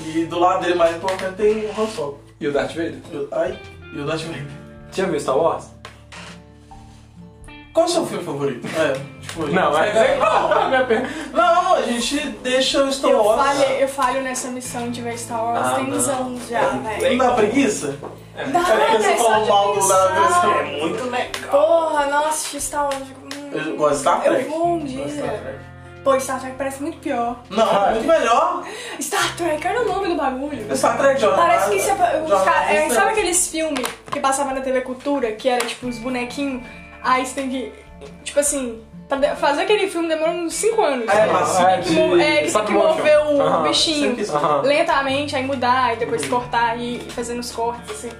E do lado dele, mais importante, tem o Han Solo.
E o Darth Vader?
E o- Ai, e o Darth Vader.
Tinha visto Star Wars?
Qual o seu filme favorito? É, tipo... a gente-
Não, mas é igual.
Não, a gente deixa o Star
Eu
Wars.
falho, eu falho nessa missão de ver Star Wars
Ah,
tem uns
não.
anos já,
Não É,
velho.
dá preguiça?
Dá,
Peraí, que você
é só
falou
de
mal do
pensar.
Lado Verde, é muito
legal. Porra, nossa, assisti Star Wars. fico, hum,
Eu gosto de Star Trek.
Eu vou um
Eu gosto de Star
dia.
Trek.
Pô, Star Trek parece muito pior.
Não, é muito melhor. É
Star Trek, olha o nome do bagulho.
Star Trek, Jornal.
Parece que você, os
Jornal
cara, é,
das
Sabe
Estrelas.
aqueles filmes que passavam na TV Cultura, que era tipo os bonequinhos? Aí você tem que. Tipo assim, pra de- fazer aquele filme demora uns 5 anos.
É,
né?
mas
Você tem
é
que
de
mo- é, que tem
stop
que
motion.
mover o
Aham,
bichinho
sempre isso.
Aham.
lentamente, aí mudar, e depois cortar e ir fazendo os cortes, assim.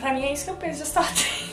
Pra mim é isso que eu penso de Star Trek.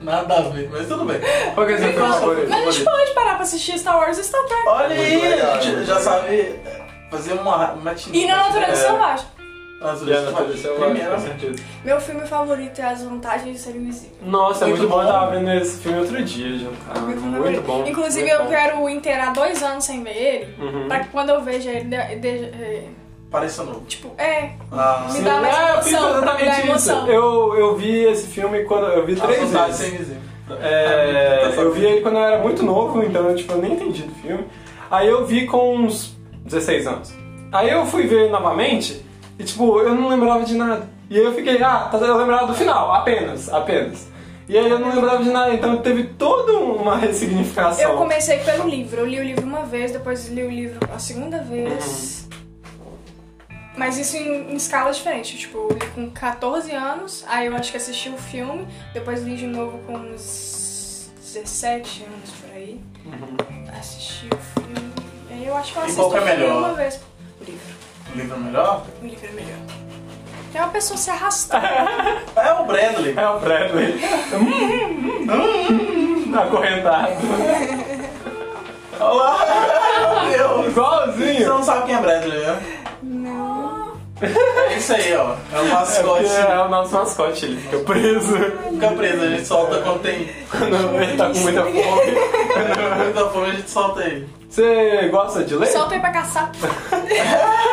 Nada a ver, mas tudo bem.
Qual que é o seu filme favorito?
Mas a gente
favorito.
pode parar pra assistir Star Wars e Star Trek.
Olha aí,
Muito legal,
a gente
né?
já sabe é, fazer uma matinê.
E na
É.
natureza selvagem.
E a natureza selvagem,
Primeiro.
faz sentido.
Meu filme favorito é As Vantagens de Ser Invisível.
Nossa, é
Muito
muito bom. Eu
bom.
tava vendo esse filme outro dia, jantar.
Meu filme
Muito
favorito.
bom.
Inclusive,
muito
eu
bom.
quero inteirar dois anos sem ver ele,
Uhum.
pra que quando eu veja ele, de- de- é,
Pareça novo.
tipo, é,
Uhum.
Ah,
me dá mais
é, eu fiz
emoção, me dá
exatamente isso.
emoção.
Eu, eu vi esse filme quando. Eu vi
a
três
vontade
vezes.
sem tá dizer.
É, eu vi ele quando eu era muito novo, então tipo, eu nem entendi do filme. Aí eu vi com uns 16 anos. Aí eu fui ver novamente e tipo, eu não lembrava de nada. E aí eu fiquei, ah, tá- eu lembrava do final, apenas, apenas. E aí eu não lembrava de nada, então teve toda uma ressignificação.
Eu comecei pelo
Uhum.
livro, eu li o livro uma vez, depois li o livro a segunda vez. Mas isso em, em escalas diferentes. Tipo, eu li com 14 anos, aí eu acho que assisti o filme, depois li de novo com uns 17 anos por aí. Assisti o filme. E aí eu acho que eu
Uhum. E
assisto
qual
o
que é
filme
melhor?
uma vez. O livro.
O livro é melhor?
O livro é melhor. Tem uma pessoa se arrastando.
É o Bradley.
É o Bradley. Hum, hum, hum, Acorrentado.
Olha
Ah,
lá! Meu Deus! Você
Igualzinho.
não sabe quem é Bradley, né?
Não.
É isso aí, ó. É o
É, porque
mascote.
é o nosso mascote, ele fica preso
Fica preso, a gente solta quando tem
quando ele tá com muita fome.
muita fome, a gente solta ele.
Você gosta de ler?
Solta aí pra caçar.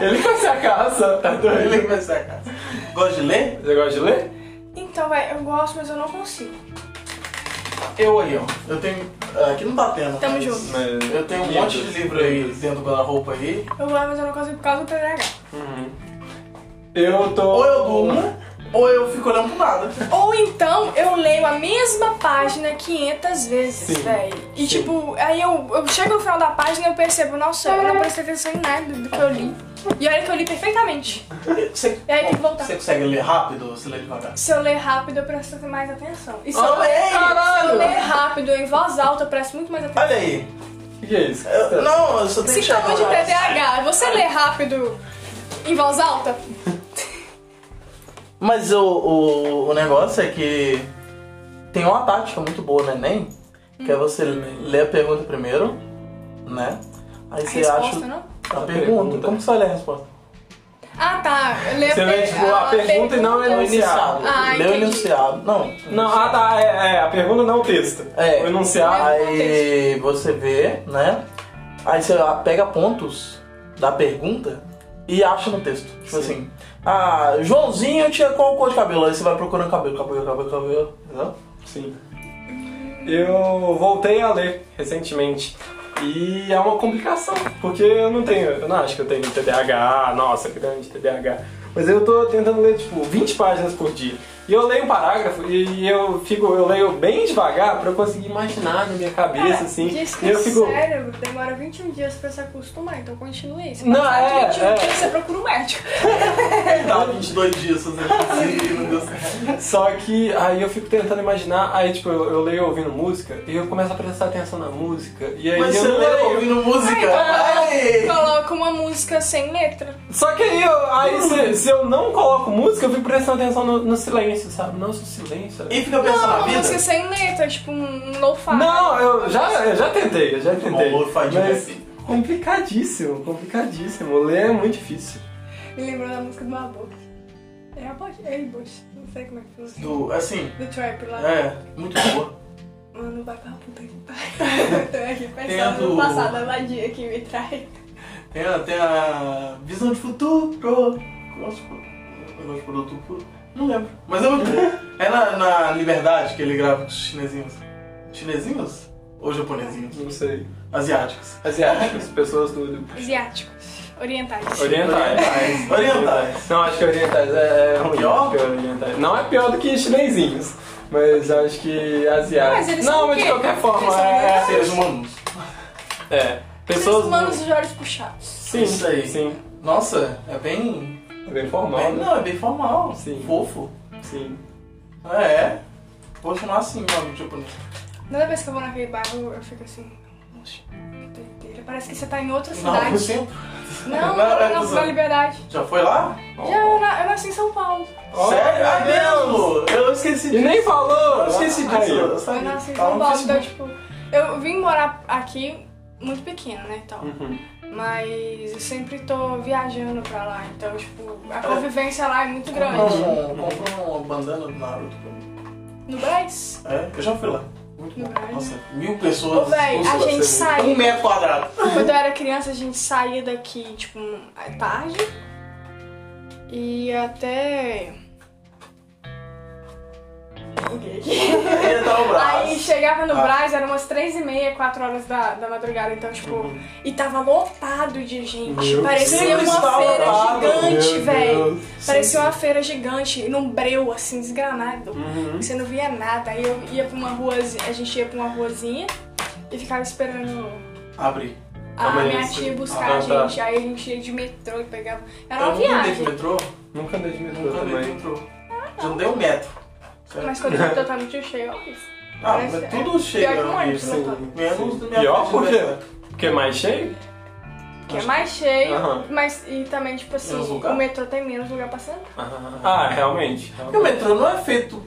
Ele faz a caça, tá doido?
Ele vai ser a casa. Gosta de ler?
Você gosta de ler?
Então, vai, eu gosto, mas eu não consigo.
Eu aí, ó. Eu tenho. Aqui não tá tendo.
Tamo
mas
junto.
Mas-
Eu tenho um monte de livro aí dentro da roupa aí.
Eu gosto, mas eu não consigo por causa do TDAH.
Uhum. Eu tô.
Ou eu durmo, ou eu fico olhando pro nada.
Ou então eu leio a mesma página 500 vezes,
Sim,
velho. E
sim.
tipo, aí eu, eu chego no final da página e eu percebo, nossa, eu não prestei atenção em nada do que eu li. E olha que eu li perfeitamente.
Você,
E aí É, tem que voltar.
você consegue ler rápido ou você lê devagar?
Se eu ler rápido, eu presto mais atenção. E se eu,
Olha aí!
se eu
Caralho!
ler rápido em voz alta, eu presto muito mais atenção.
Olha aí!
O que é isso?
Eu- não, eu só tenho que
Sintoma de
chegar lá.
TDAH. Você lê rápido em voz alta?
Mas o, o, o negócio é que tem uma tática muito boa no Enem, que é você ler a pergunta primeiro, né? Aí
Hum. A
você
resposta, né?
acha
não?
a
A
pergunta.
pergunta.
Como que você vai ler a resposta?
Ah, tá. Lê
Você lê, tipo, a pergunta e não
O
é
enunciado.
Ah,
Lê o
entendi.
enunciado. Não.
Não, ah tá, é, é, a pergunta não o texto.
É.
O enunciado.
Aí você vê, né? Aí você pega pontos da pergunta e acha no texto. Tipo assim,
Sim.
ah, Joãozinho tinha qual cor de cabelo? Aí você vai procurando cabelo, cabelo, cabelo, cabelo. entendeu?
Sim. Eu voltei a ler recentemente. E é uma complicação, porque eu não tenho, eu não acho que eu tenho TDAH, nossa, grande TDAH. Mas eu tô tentando ler, tipo, 20 páginas por dia. E eu leio um parágrafo e eu fico, eu leio bem devagar pra eu conseguir imaginar na minha cabeça, assim.
Diz que
E eu fico.
o cérebro demora 21 dias pra se acostumar, então continue isso.
Não,
Passar
é,
21
é.
dias você procura um médico.
Tá 22 dias fazendo assim, não deu certo.
Só que aí eu fico tentando imaginar, aí tipo, eu, eu leio ouvindo música e eu começo a prestar atenção na música. E aí
Mas
eu
você
não
lê
leio.
ouvindo música?
Aí
Ai!
Então, Coloca uma música sem letra.
Só que aí, eu, aí se, se eu não coloco música, eu fico prestando atenção no, no silêncio, sabe? Nossa, o silêncio. né?
E fica pensando
Não,
na
uma
vida?
música sem letra, tipo um lo-fi.
Não, eu já, eu já tentei, eu já tentei.
Bom, lo-fi de
Mas
rap.
complicadíssimo, complicadíssimo. Ler é muito difícil.
Me lembrou da música do Abox. É Abox? É Abox. Não sei como é que pronuncia.
Do, assim,
Do Trap lá.
é, muito boa.
Mano, vai pra puta que pariu. Tô aqui pensando
Tendo-
no passado, a vadia que me trai.
Tem a, tem a visão de futuro. Gosto de negócio de produto puro. Não lembro. Mas é muito boa. É na, na Liberdade que ele grava com os chinesinhos. Chinesinhos? Ou japonesinhos?
Não sei.
Asiáticos.
Asiáticos, pessoas do. do-
Asiáticos. Orientais.
Orientais.
Orientais. Orientais.
Não, acho que orientais é.
É pior?
acho que orientais. Não é pior do que chinesinhos, mas acho que asiáticos.
Mas eles
não,
são
mas
o
de
quê?
qualquer forma,
Eles são
é.
Seres humanos.
É.
Pessoas
Pessoas.
humanos de olhos puxados.
Sim,
Isso aí.
Sim.
Nossa, é bem.
É bem formal.
bem-
né?
não, é bem formal.
Sim.
Fofo.
Sim.
É. Vou chamar assim, meu amigo japonês.
Toda vez que eu vou naquele bairro, eu fico assim, nossa, que doideira. Parece que você tá em outra
Não,
cidade.
por cento.
Não,
Não, é
não, não,
dos
na
anos.
liberdade.
Já foi lá?
Já eu, na- eu nasci em São Paulo.
Oh,
Sério? Ah,
meu
mesmo? Eu esqueci
E
disso.
nem falou!
Eu esqueci disso.
Aí, ó.
eu
Eu
sabia.
nasci em
Tava
São
no
Paulo, então,
Facebook.
tipo, eu vim morar aqui muito pequena, né, tal.
Uhum.
Mas eu sempre tô viajando pra lá, então, tipo, a convivência lá é muito grande.
Comprou um- comprou uma bandana do Naruto pra mim.
No Brás?
É, eu já fui lá.
No Brás.
Nossa, mil
Ô,
pessoas.
véi, a
Nossa,
gente saiu.
Um metro quadrado.
Quando eu era criança, a gente saía daqui, tipo, à tarde. E até. Buguei.
Ia dar um braço.
Aí chegava no
Ah.
Brás, eram umas três e meia, quatro horas da, da madrugada, então, tipo. E tava lotado de gente.
Meu
Parecia
Deus,
uma
tava
feira
lotado.
gigante,
Meu
velho.
Deus.
Parecia uma feira gigante, num breu, assim, desgramado.
Uhum.
Você não via nada. Aí eu ia pra uma ruazinha, a gente ia pra uma ruazinha e ficava esperando
Abri.
A
Também
minha
isso.
tia ia buscar
Ah,
a
tá.
gente, aí a gente ia de metrô e pegava. Era
Eu
uma
nunca andei de
viagem.
um
Ah,
metrô,
Nunca andei de metrô
nunca andei de
também.
metrô. Já andei um metro. Sério.
Mas quando o metrô tá muito cheio, ó, isso.
Ah,
Parece-
mas tudo chega. né?
Pior que um ônibus,
Sim.
não tá?
Menos do minha
Pior
frente,
por
né?
quê? Porque é mais cheio?
Que é mais cheio,
Aham.
mas e também, tipo assim,
Menos lugar?
o metrô tem menos lugar pra sentar.
Ah, realmente.
Porque o metrô não é feito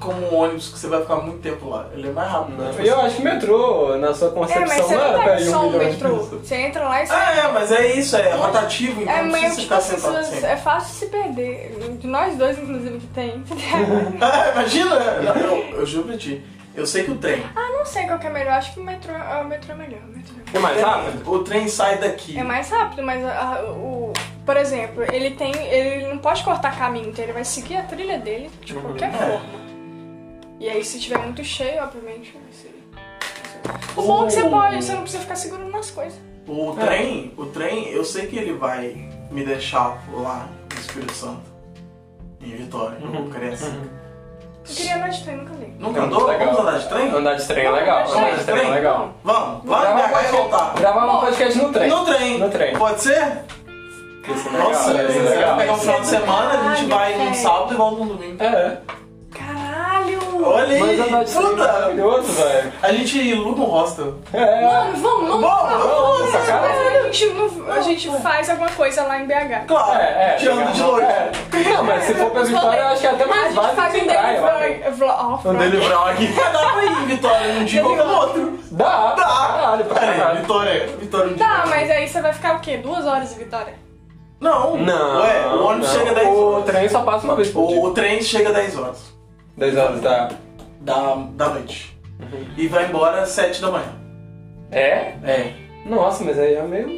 como um ônibus que você vai ficar muito tempo lá. Ele é mais rápido. né?
E eu acho que o metrô, na sua
É,
concepção,
mas você
não
não
era pra
pega
ir
só
um
o
milhão de
metrô.
pessoas.
Você entra lá e sai.
Ah, é, mas é isso, é rotativo, então
É
não precisa
meio tipo
ficar
as
sentado
pessoas.
sempre.
É fácil se perder. De nós dois, inclusive, que tem.
Ah, imagina! Não, eu, eu juro pra ti. Eu sei que o trem.
ah, não sei qual que é melhor. Acho que o metrô, ah, o metrô é melhor. O metrô é melhor.
É mais rápido?
O trem sai daqui.
É mais rápido, mas a- a- o. Por exemplo, ele tem. Ele não pode cortar caminho, então ele vai seguir a trilha dele
Uhum.
de qualquer
É.
forma. E aí se tiver muito cheio, obviamente. vai ser- O bom é que você
O-
pode, você não precisa ficar segurando nas coisas.
O
É.
trem, o trem, eu sei que ele vai me deixar lá no Espírito Santo. Em Vitória,
Uhum.
eu cresço.
Eu queria andar de trem, nunca andei.
Nunca
É muito
andou?
legal.
Vamos andar de trem?
Andar de trem é legal.
Andar de
Andar de trem é
trem?
legal.
Vamos, lá no BH e voltar.
Gravar um podcast no trem.
No trem.
No trem.
Pode ser?
Isso é legal.
Nossa,
isso
se
é
você
legal.
pegar um final de
Isso é do
semana, a
caralho,
gente vai num
velho.
sábado e volta no domingo.
É,
Caralho!
Olha
mas andar de
aí,
trem é
puta!
maravilhoso, velho.
A gente luta um hostel.
É,
Mano, vamos,
Bom,
vamos!
vamos,
Nossa,
cara.
Mas a gente, não- a gente faz alguma coisa lá em BH.
Claro,
é, é.
tirando
legal.
de longe.
É. Não, mas se for pra Vitória, eu acho que é até mais
a gente
válido
faz
que
um
praia lá.
daily vlog. né? vlog-
Um daily vlog.
Mas dá pra ir em Vitória um dia ou no outro.
Dá, pra caralho, pra
Pera aí,
caralho.
Vitória, Vitória um dia.
Tá,
ou
mas aí você vai ficar o quê? Duas horas em Vitória?
Não,
Não,
Ué, o ônibus
não.
chega 10
O
horas.
trem só passa uma vez por
O,
dia.
o trem chega 10 horas
10 horas tá. da...
da, da noite. E vai embora 7 da manhã.
É?
É.
Nossa, mas aí é meio...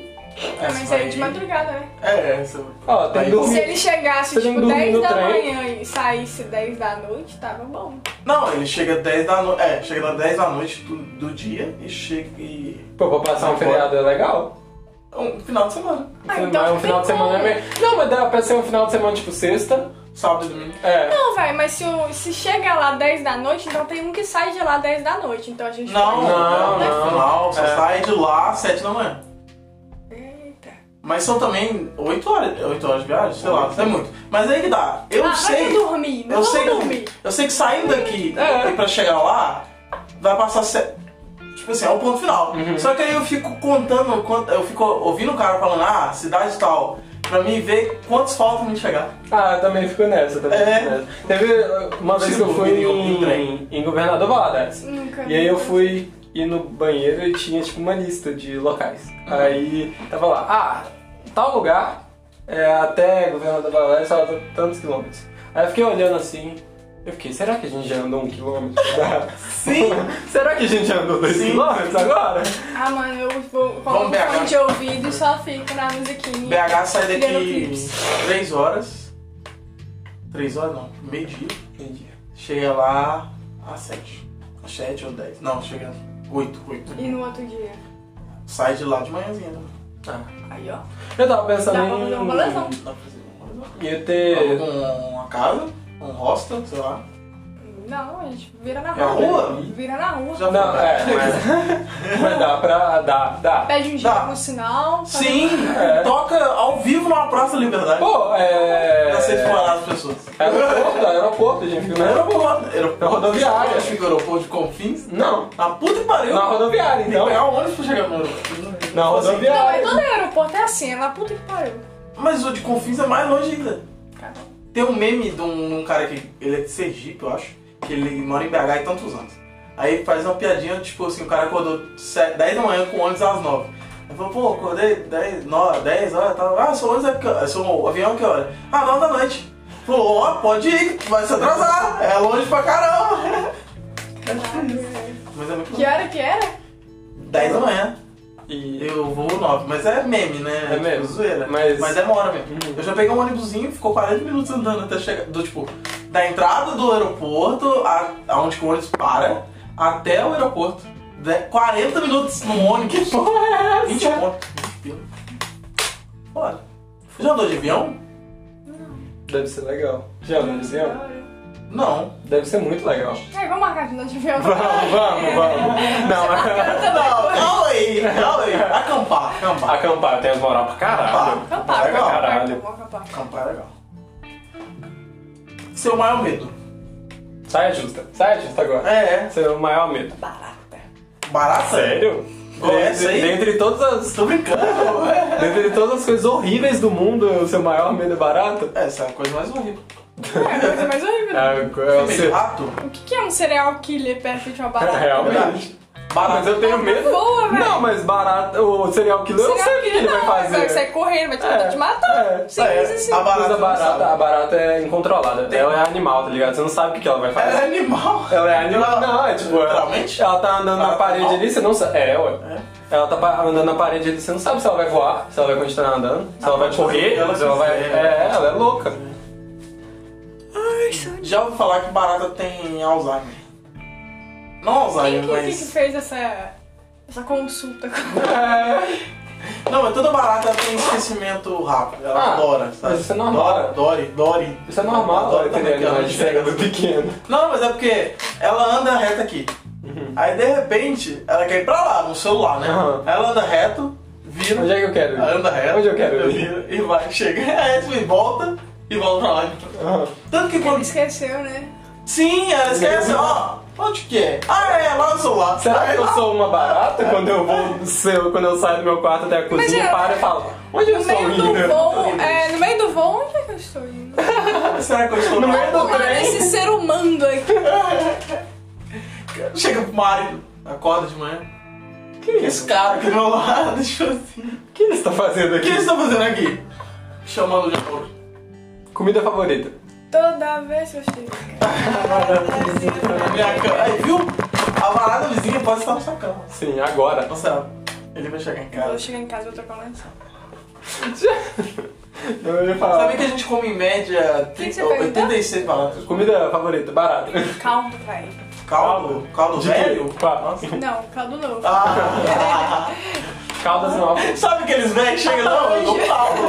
Ah, mas aí de madrugada, né?
É, essa.
Ó, tem
Aí-
que
Se
dormir.
ele chegasse
Você não
tipo
dorme
10
no
da
trem?
manhã e saísse 10 da noite, tava bom.
Não, ele chega 10 da noite. É, chega lá 10 da noite do, do dia e chega. E...
Pô, pra passar um feriado é legal.
Um final de semana.
Ah,
Mas
então
um final de
tem
semana é
como.
meio... Não, mas dá pra ser um final de semana tipo sexta.
Sábado e domingo.
É.
Não, velho, mas se, o- se chega lá 10 da noite, então tem um que sai de lá 10 da noite. Então a gente
Não,
vai-
Não,
é
não.
final, só
É.
sai de lá 7 da manhã.
Eita.
Mas são também 8 horas, 8 horas de viagem, sei lá, é muito. Mas aí que dá. Eu
ah, vai
sei.
dormir, não
Eu sei,
né? vamos dormir.
que, eu sei que saindo daqui
É.
pra chegar lá, vai passar. Se... Tipo assim, é o ponto final. Só que aí eu fico contando, quant- eu fico ouvindo o cara falando, ah, cidade tal, pra mim ver quantos faltam pra mim chegar.
Ah, eu também fico nessa, também
É.
fico nessa. Teve uh, uma vez que eu
Tipo,
fui
em- em
em, um
trem.
em Governador Valadares.
Nunca.
E aí eu fui ir no banheiro e tinha tipo uma lista de locais. Aí tava lá, ah, tal lugar é, até Governador Valadares só t- tantos quilômetros. Aí eu fiquei olhando assim, eu fiquei, será que a gente já andou um quilômetro?
Sim!
será que a gente já andou dois
Sim.
quilômetros agora?
Ah, mano, eu vou
Vamos,
coloco o
BH.
fone de ouvido e só fico na musiquinha.
BH sai
Olhando
daqui
clipes.
3 horas. 3 horas não, meio-dia.
Entendi.
Chega lá às 7. Às 7 ou 10. Não, chega 8, 8.
E no outro dia.
Sai de lá de manhãzinha. né?
Ah.
Aí, ó.
Eu tava pensando
Dá pra fazer um
em...
rolezão.
Dá pra fazer uma coisa.
Ia ter...
Aluga uma casa, um hostel, sei lá.
Não, a gente vira na
É a
rua.
rua?
Vira na rua.
Já
Ah, Não,
foi.
é, mas, mas dá pra. dá, dá.
Pede um
Dá.
dia no sinal. faz- um
Sim,
É.
toca ao vivo na Praça da Liberdade.
Pô, é.
pra ser explorar as pessoas.
Aeroporto, aeroporto, gente, fica no aeroporto.
Aeroporto, aeroporto.
Na rodoviária.
Acho que o aeroporto de Confins.
Não,
Na puta que pariu.
na rodoviária,
Tem que
então.
pegar um ônibus pra chegar no aeroporto.
Na
Assim,
rodoviária.
Não, é todo aeroporto, é assim, é lá puta que pariu.
Mas o de Confins é mais longe ainda.
Caralho.
Tem um meme de um, um cara que ele é de Sergipe, eu acho, que ele mora em BH há tantos anos. Aí ele faz uma piadinha, tipo assim, o cara acordou se- 10 da manhã com ônibus às 9. Ele falou, pô, acordei 10, 9, 10 horas, tava, ah, seu ônibus é que hora? Seu avião é que hora? Ah, 9 da noite. Falou, ó, pode ir, vai se atrasar, é longe pra caramba.
É tipo
Caralho.
Mas é muito
Que
longe.
hora que era?
10 da manhã,
E.
eu vou 9, mas é meme, né?
É meme.
zoeira.
Mas-
mas demora mesmo.
Uhum.
Eu já peguei um ônibusinho, ficou 40 minutos andando até chegar. Do tipo, da entrada do aeroporto, a, aonde que o ônibus para, até o aeroporto. De- 40 minutos no ônibus. Que porra é essa? 20 pontos. Bora. Já andou de avião?
Deve ser legal. Já, Luciano?
Não.
Deve ser muito legal.
Aí, vamos marcar de noite de avião.
Vamos, vamos, vamos. Não,
Eu também.
Não, calma aí, calma aí. Acampar, acampar. é
acampar, eu tenho moral pra caralho.
Acampar,
Legal,
acampar,
caralho.
acampar, acampar.
Acampar é legal. Seu maior medo.
Saia justa, saia justa agora.
É, é.
Esse é o maior medo.
Barata.
Barata?
Sério?
Qual é essa aí?
Dentre, dentre todas as.
Tô brincando. é.
Dentre todas as coisas horríveis do mundo, o seu maior medo é barato?
Essa é a coisa mais horrível.
É a coisa mais horrível.
É, é o seu.
Rato?
O que que é um cereal killer perto de uma barata?
Realmente.
Barata.
Mas é eu É, tenho medo.
Boa, velho.
Não, mas barato. O serial killer eu não sei o que ele vai
Não, vai
fazer.
sair correndo, vai tentar
É,
te matar.
é,
Simples
é.
assim.
A barata-
Mas a barata, a barata é incontrolada.
Tem.
Ela é animal, tá ligado? Você não sabe o que que ela vai fazer.
Ela é animal.
Ela é animal? Não, é tipo. Ela,
Literalmente?
ela tá andando
Ela
na
é
parede
animal?
ali, você não sabe. É, ué. Ela tá pa- andando na parede ali, você não sabe se ela vai voar, se ela vai continuar andando, se ela vai
Ah, pode correr,
correr,
ela
se ela vai.
quiser. né?
É, ela é louca.
é- Já ouvi falar que barata tem Alzheimer. Não
Quem
Alzheimer,
que, quem que
mas.
fez essa, essa consulta? com-
É.
Não, mas toda barata tem esquecimento rápido. Ela
Ah,
adora, sabe?
mas isso é normal.
Dori, Dori, Dori.
Isso é normal,
Adoro
ela
também
entendeu? é
que ela
Ela enxerga
enxerga.
do pequeno.
Não, mas é porque ela anda reta aqui. Aí de repente, ela quer ir pra lá, no celular, né?
Uhum. Aham.
Ela anda reto, vira.
Onde é que eu quero ir?
Ela anda reto.
Onde eu quero ir?
vira E vai, chega. Aí e volta e volta pra lá.
Aham.
Tanto que
Ele
quando.
esqueceu, né?
Sim, ela esquece,
Mesmo?
ó. Onde que é? Ah, é, lá no celular.
Será que eu
Aí,
sou uma barata quando eu vou seu, quando eu saio do meu quarto até a cozinha,
eu-
paro e falo, onde eu
No
estou
meio
né?
do
indo?
voo, é, no meio do voo, onde é que eu estou indo?
ah, Será que eu estou
No meio do
Mano, esse ser humano aqui.
Chega pro marido, acorda de manhã.
Que
Esse
isso?
cara aqui do meu lado, tipo assim.
O que ele está
O
fazendo
que
aqui?
eles estão fazendo aqui? Chamando de amor.
Comida favorita.
Toda vez que eu chego. em
Na
casa,
minha cama. Aí, viu? A varada vizinha pode estar na sua cama.
Sim, agora.
Ou será? Ele vai chegar em
Quando eu
casa.
chegar em casa, eu vou trocar o lençol.
Eu ia falar.
Sabia que a gente come em média
que você
30
perguntou?
86 baratas?
Comida favorita, barata.
Caldo, velho.
Caldo? Caldo
De
velho?
É.
quê? Pá.
Não, caldo novo.
Ah.
Caldas novas.
Sabe aqueles velhos que chegam? Não, eu dou um caldo.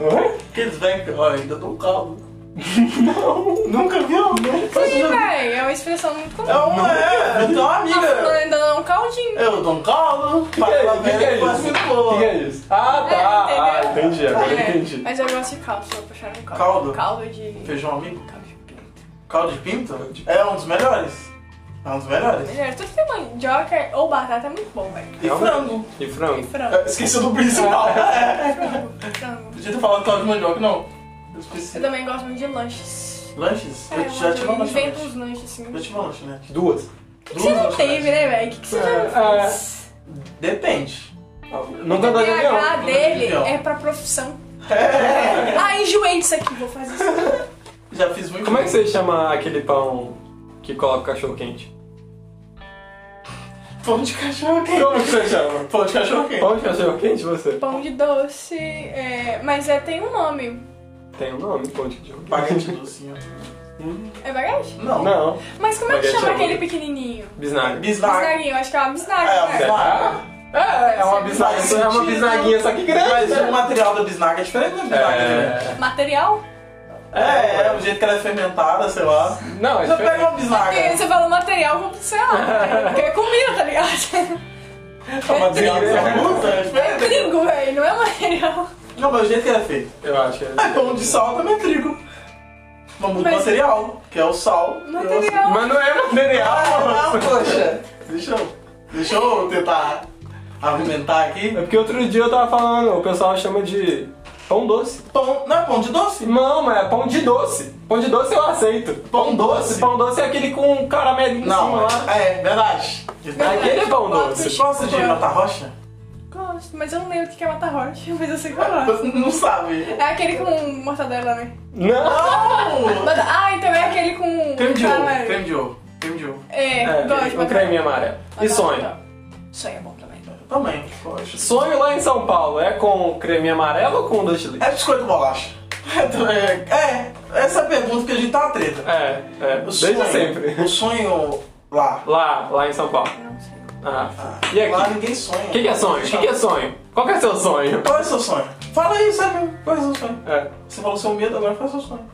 Oi?
Aqueles velhos que. Olha, ainda dou um caldo. Não, nunca viu? um
Sim, velho, é uma expressão muito comum.
É uma, é, eu tenho uma
Ah, fulano
amiga.
ainda não é um caldinho.
Eu dou um caldo,
O que, é-
panela
que, que é
velha, quase
isso?
me
O que, que é isso? Ah, tá.
É,
Ah,
entendeu?
entendi, agora
É,
entendi.
Mas eu gosto de caldo, só puxar um caldo.
Caldo?
Caldo de.
Feijão amigo?
Caldo de pinto.
Caldo de pinto? É um dos melhores. É um dos melhores.
Melhor, tudo que tem mandioca ou batata é muito bom, velho.
E
Realmente.
frango.
E
E
frango?
frango.
É, Esqueci do principal. É.
Frango, frango.
Podia ter falado caldo de mandioca, não. Eu
Eu
esqueci.
também gosto muito de lanches.
Lanches?
É,
Eu já tive uma
eu invento
lanchonete.
uns lanches assim.
Já
O
tive uma lanchonete.
Duas.
que, que você não
duas
teve, né, velho? O que, que você já não
É,
fez?
Depende.
Nunca
O
andou de avião.
PH dele
Tá
avião.
é pra profissão.
É.
Ah, enjoei disso aqui, vou fazer isso.
Já fiz muito.
Como é que você chama aquele pão que coloca cachorro quente?
Pão de cachorro quente.
Como é que você chama?
Pão de cachorro quente.
Pão de cachorro quente você?
Pão de doce, é, mas é, tem um nome.
Tem um nome, pão de cachorro
Paguete docinho.
É bagagem?
Não.
Não.
Mas como é que
Baguete
chama
é
aquele
bom.
pequenininho?
Bisnaga.
Bisnaga.
Bisnaguinho, eu acho que é uma
É,
bisnaga.
uma
né?
bisnaga.
um É, é uma
Faz
bisnaguinha, é uma
sentido.
bisnaguinha, só que grande.
Mas
né?
o material da bisnaga é diferente da bisnaga, né?
É.
Material?
É, é o jeito que ela é fermentada, sei lá.
Não, é
Você pega
diferente.
uma bisnaga.
Porque você falou material, como sei lá, porque é comida, tá ligado?
É uma bisnaga, você usa, é
É
diferente.
trigo, velho, não é material.
Não, mas o jeito que ela é feita.
Eu acho que é.
Ah, pão de sal também é trigo. Vamos
Mas-
do cereal, que é o sal.
Material.
Mas não é material,
Ah,
moço.
poxa. Deixa eu, deixa eu tentar argumentar aqui.
É porque outro dia eu tava falando, o pessoal chama de pão doce.
Pão, não é pão de doce?
Não, mas é pão de doce. Pão de doce eu aceito.
Pão doce?
Pão doce é aquele com caramelo em cima
Não,
lá.
é, verdade.
Aquele é pão
Pão
doce.
Você gosta de mata rocha?
Gosto, mas eu não lembro o que é mata rocha, mas eu sei que eu gosto.
Não sabe.
É aquele com mortadela, né?
Não.
Não!
Mas- Ah, então é aquele com.
Creme de ovo,
caramelo.
creme de ovo, creme de ovo.
É,
É,
gosto de
um
mata
creme amarelo. E sonho?
Sonho é bom também.
Também, poxa.
Sonho lá em São Paulo é com creme amarelo ou com doce de leite?
É biscoito bolacha. É, é, essa é a pergunta que a gente tá na treta.
É, é,
O
desde
sonho-
sempre.
O sonho lá.
Lá, lá em São Paulo.
Eu não sei.
Ah. E
Lá
aqui?
ninguém sonha.
O que, que é sonho? O que, que é sonho? Qual que é seu sonho?
Qual é o seu sonho? Fala aí, sabe? Qual é o seu sonho?
É.
Você falou seu medo, agora faz seu sonho.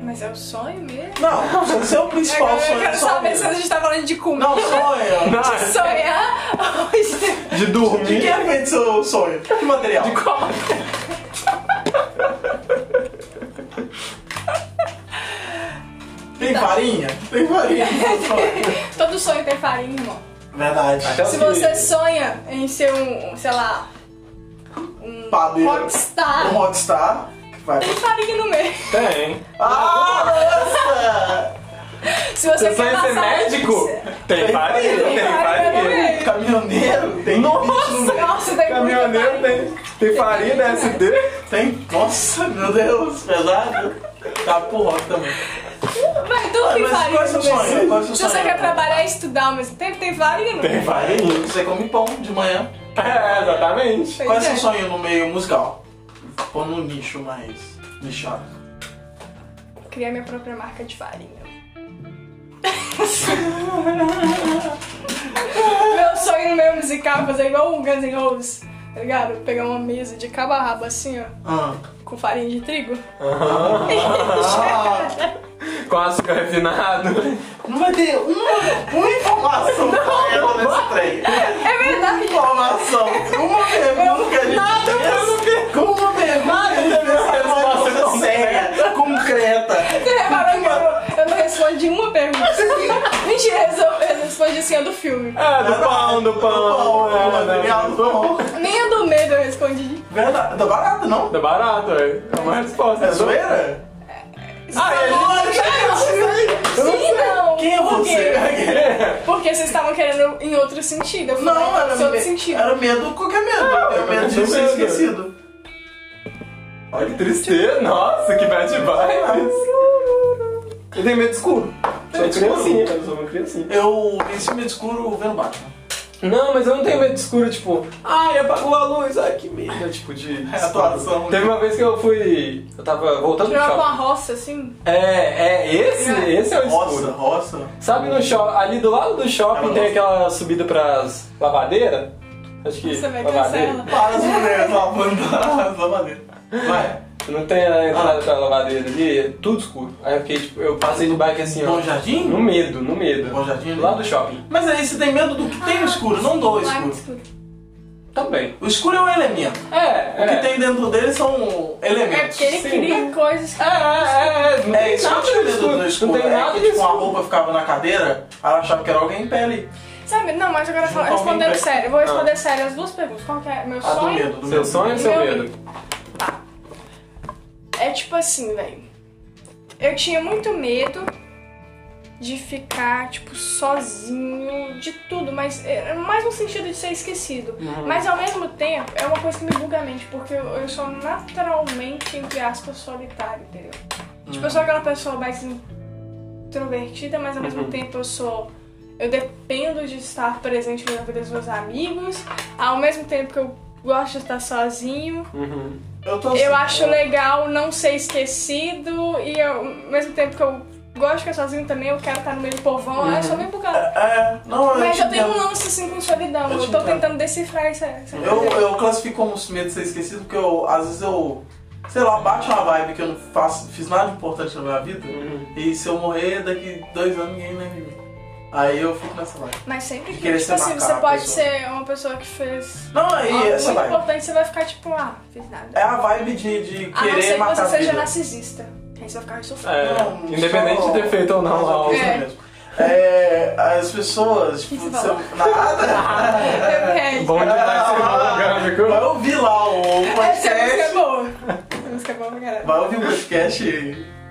Mas é o sonho mesmo?
Não, esse é o principal
Agora eu
sonho.
quero
só
saber se
mesmo.
a gente tá falando de comer.
Não, sonho.
De sonhar hoje.
De
de dormir.
que é feito seu sonho? Que material?
De qual?
Tem farinha? Tem farinha no seu sonho. Então,
Todo sonho tem farinha, irmão.
Verdade.
Até
Se
Sim.
você sonha em ser um, sei lá, um
Padeiro.
rockstar,
Um rockstar. que Vai
tem farinha no meio.
Tem.
Ah, nossa!
Se você, quer
Você sonha em ser
passar... um
médico? Tem farinha,
Tem
tem
farinha no
farinha.
meio.
Caminhoneiro? Tem bicho no meio.
Nossa, tem
Caminhoneiro
muita
tem. Tem farinha da SD?
Tem. Nossa, meu Deus, pesado. Tá pro rock também.
farinha. Vai, tudo tem
Mas qual é
farinha
o seu
no meio.
sonho? Qual é o seu
Se você
sonho?
quer trabalhar e estudar ao mesmo tempo, tem farinha no meio.
Farinha? Você come pão de manhã.
É, exatamente.
Qual é
Pois
seu
é.
sonho no meio musical? Ou no nicho mais nichado?
Criar minha própria marca de farinha. Meu sonho no meu musical é fazer igual o Guns N' Roses, tá ligado? Pegar uma mesa de cabo a rabo assim, ó,
Ah.
com farinha de trigo.
Com açúcar refinado.
Não vai ter uma, uma informação pra ela nesse trem.
É verdade!
Informação. Uma pergunta que a gente
Nada,
fez. Com uma pergunta que a gente fez uma resposta séria, concreta.
Você reparou que eu, eu não respondi uma pergunta? Mentira, eu só- eu respondi assim, a do filme.
É, do pão, do pão.
Pão,
é, né?
material bom.
Nem a do medo eu respondi.
Verdade. Tá barato, não?
Tá barato, é. É uma resposta.
É zoeira?
Ah, e a gente-
é? Eu não
Sim,
sei.
não!
Quem é
Por quê?
você?
É.
Porque vocês estavam querendo em outro sentido. Eu falei,
Não,
em
era,
outro
me-
sentido.
era medo, qualquer medo. era medo de
medo.
ser esquecido.
Olha que tristeza, nossa, que bad vibes. Eu tenho medo de escuro.
Medo
Sou
de escuro?
criancinha, eu sou uma criancinha.
Eu venci medo escuro vendo Batman.
Não, mas eu não tenho medo de escuro, tipo, ai, apagou a luz, ai, que medo, tipo, de...
É, atuação.
Teve uma vez que eu fui, eu tava voltando do
Tirar com uma
shopping.
roça, assim.
É, é, esse,
É.
esse é o
Roça,
escuro.
roça.
Sabe no shopping, ali do lado do shopping
Ela
tem
gosta.
aquela subida pras lavadeiras? Acho que
Você vai
lavadeira.
cancela.
Para as mulheres lavando as lavadeiras. Vai.
Não tem a
Ah.
entrada pra lavadeira ali, é tudo escuro. Aí eu fiquei, tipo, eu passei de bike assim, ó.
Bom um Jardim?
No medo, no medo.
Bom Jardim? é
Lá do shopping.
Mas aí você tem medo do que
Ah,
tem no escuro, não do
Lá no
escuro.
Também.
O escuro é um elemento.
É, é.
O que tem dentro dele são
É
elementos.
porque ele
Sim.
cria coisas
É,
que...
é, é. Não
É
tem
isso que eu tinha
nada de
medo do
escuro.
escuro.
Não tem
é
nada
que,
de
tipo, uma
escuro.
roupa ficava na cadeira, ela achava que era alguém em pele.
Sabe? Não, mas agora fala-
Juntar alguém
respondendo
pra-
sério. Eu vou responder sério as duas perguntas. Qual que é meu
Ah, do
sonho?
medo, do
Seu
medo.
sonho ou seu
Meu
medo?
É tipo assim, velho. Eu tinha muito medo de ficar, tipo, sozinho, de tudo, mas é, mais no sentido de ser esquecido. Mas ao mesmo tempo, é uma coisa que me buga a mente, porque eu, eu sou naturalmente, entre aspas, solitário, entendeu? Tipo, eu sou aquela pessoa mais introvertida, mas ao mesmo tempo eu sou. Eu dependo de estar presente na vida dos meus amigos, ao mesmo tempo que eu gosto de estar sozinho.
Uhum.
Eu, tô
Eu
assim,
acho legal não ser esquecido e ao mesmo tempo que eu gosto de ficar sozinho também, eu quero estar no meio do povão, ah, eu sou meio bugado.
É, não, eu
Mas
te
eu tenho um
entendo.
lance assim com solidão,
Eu
eu,
te
tô
entendo.
tentando decifrar essa. essa
Eu, eu classifico como medo de ser esquecido porque eu, às vezes eu, sei lá, bate uma vibe que eu não faço, fiz nada importante na minha vida
uhum.
e se eu morrer daqui dois anos ninguém lembra de mim. Aí eu fico nessa vibe.
Mas sempre
De
que,
querer
tipo
ser
assim,
macaco,
você pode
pessoa.
ser uma pessoa que fez
Não, aí
algo
essa
muito
vibe.
importante, você vai ficar tipo, ah, fiz nada.
É a vibe de, de
a não
querer
ser que
matar
você
a
seja
vida.
narcisista. Aí você vai ficar sofrendo.
É,
Não,
independente
só-
de ter feito ou não
Mas
algo.
é isso mesmo. É, as pessoas, tipo,
que você
são- nada.
É.
Bom
Ah,
demais ser monogâmico.
Vai ouvir lá o
Essa música é
podcast.
boa. Essa música é boa pra caralho.
Vai ouvir o podcast e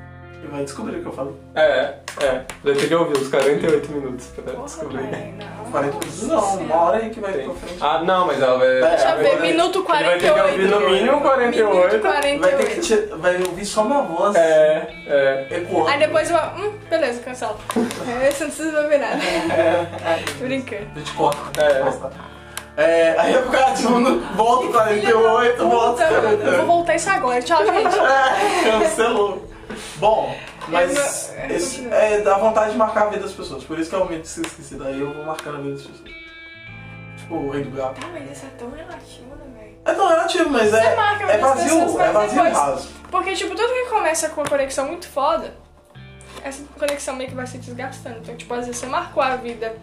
e vai descobrir o que eu falo.
É, é. Vai ter que ouvir os 48 minutos pra
Porra,
descobrir.
velho, não.
40 minutos não, uma hora aí que vai
Tem.
pra frente.
Ah, não, mas ela vai.
Deixa eu
É,
ver,
agora
minuto
ele vai ter que
48.
ouvir no mínimo
Minuto
48.
48.
Vai ter que te, vai ouvir só minha voz.
É, é.
Ecoando.
Aí depois eu falo, hum, beleza, cancela. É, Você não precisa ver nada.
É,
Tô brincando.
A gente corta.
É.
Nossa. tá. É, aí eu ficava tipo, no- volta o 48, volta o
Eu vou
48.
voltar isso agora. Tchau, gente.
É, cancelou. Bom, mas
Eu não-
esse- é, dá vontade de marcar a vida das pessoas. Por isso que é o medo de ser esquecido. Aí eu vou marcar a vida das pessoas. Tipo, o rei do gato.
Tá, mas isso é tão relativo, né, velho?
É tão relativo, mas é,
Você marca
é
muitas pessoas,
vazio,
mas
é vazio e
depois-
raso.
Porque, tipo, tudo que começa com uma conexão muito foda, essa conexão meio que vai se desgastando. Então, tipo, às vezes você marcou a vida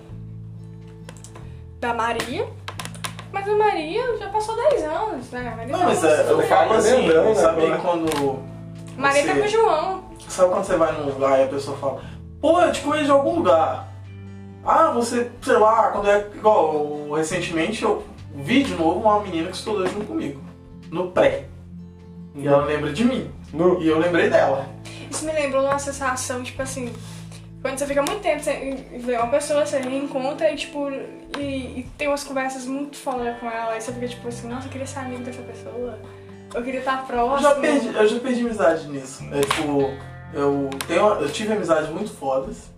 da Maria, mas a Maria já passou 10 anos, né? A Maria
Não,
tá
mas
com
é, eu
você.
falo assim,
Lembrando
sabe
agora.
quando...
Maria tá
você-
com o João.
Sabe quando você vai num lugar e a pessoa fala, pô, eu te conheço de algum lugar. Ah, você, sei lá, quando é. Igual, eu- recentemente eu vi de novo uma menina que estudou junto comigo. No pré. E ela lembra de mim.
Nu.
E eu lembrei dela.
Isso me lembrou de uma sensação, tipo assim, quando você fica muito tempo sem ver uma pessoa, você reencontra e, tipo, e, e tem umas conversas muito foda com ela, e você fica, tipo, assim, nossa, eu queria ser amigo dessa pessoa, eu queria estar
Eu
próximo.
já perdi, eu já perdi amizade nisso. É tipo, eu, tenho, eu tive amizades muito fodas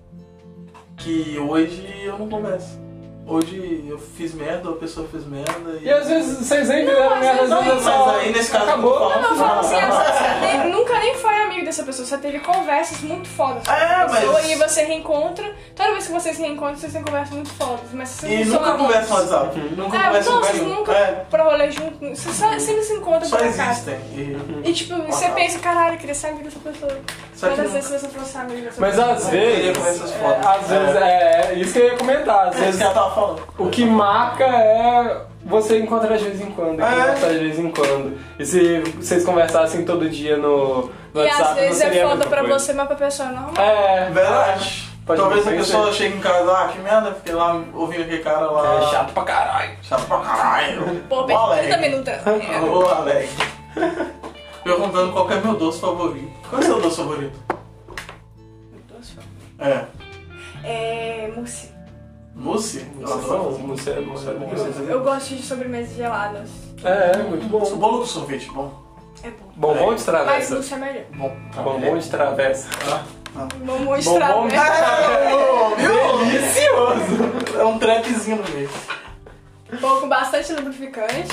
que hoje eu não converso. Hoje eu fiz merda, a pessoa fez merda e.
E às vezes vocês nem fizeram
mas
merda, às
não,
vezes é só.
mas aí nesse caso
acabou.
eu tô falando-
Não, eu falo assim, às vezes você nem- nunca nem foi amigo dessa pessoa, você teve conversas muito fodas com
É,
a pessoa
mas-
e você reencontra. Toda vez que vocês se reencontram, vocês têm conversas muito fodas, mas
E
vocês não
nunca
são
conversa no
amantes.
WhatsApp. Nunca
É,
conversa
então
no
vocês
Instagram.
nunca
É,
pra rolê junto, vocês só- sempre se encontram
só
por acaso.
existem. E-
E tipo, você
Aham.
pensa, caralho, eu queria ser amigo dessa pessoa.
Só que
Quantas
não-
vezes você assim, "Ah, fosse amigo dessa
Mas
pessoa?
às
Eu
vezes.
queria essas fotos.
é, Às vezes, é, é isso que eu ia comentar. Às
É isso
vezes
que ela tava falando.
O que marca é você encontrar de vez em quando, e
É.
conversar de vez em quando. E se vocês conversassem todo dia no, no
E
WhatsApp,
às vezes
não
é
seria a
foda
mesma
pra
coisa.
você, mas pra pessoa é normal.
É,
Verdade.
Pode
Talvez a
ser,
pessoa
sim.
chegue em casa, ah, que merda, fiquei lá ouvindo aquele cara lá.
É chato pra caralho.
Chato pra caralho.
Pô,
o
perdi 30
Alec.
minutos.
Ô, Alec. Perguntando qual que é meu doce favorito. Qual é o seu doce favorito? É.
É, mousse.
Mousse? Eu adoro.
Você é bom.
Eu gosto de sobremesas geladas.
É, é muito
O
bom.
bolo com sorvete, bom.
É bom.
Bombom de
Mas
travessa.
mousse é melhor.
Bom.
Bombom de travessa.
Bombom de
Bombom
travessa.
É, viu?
Delicioso!
É um trapzinho no meio.
Pão com bastante lubrificante.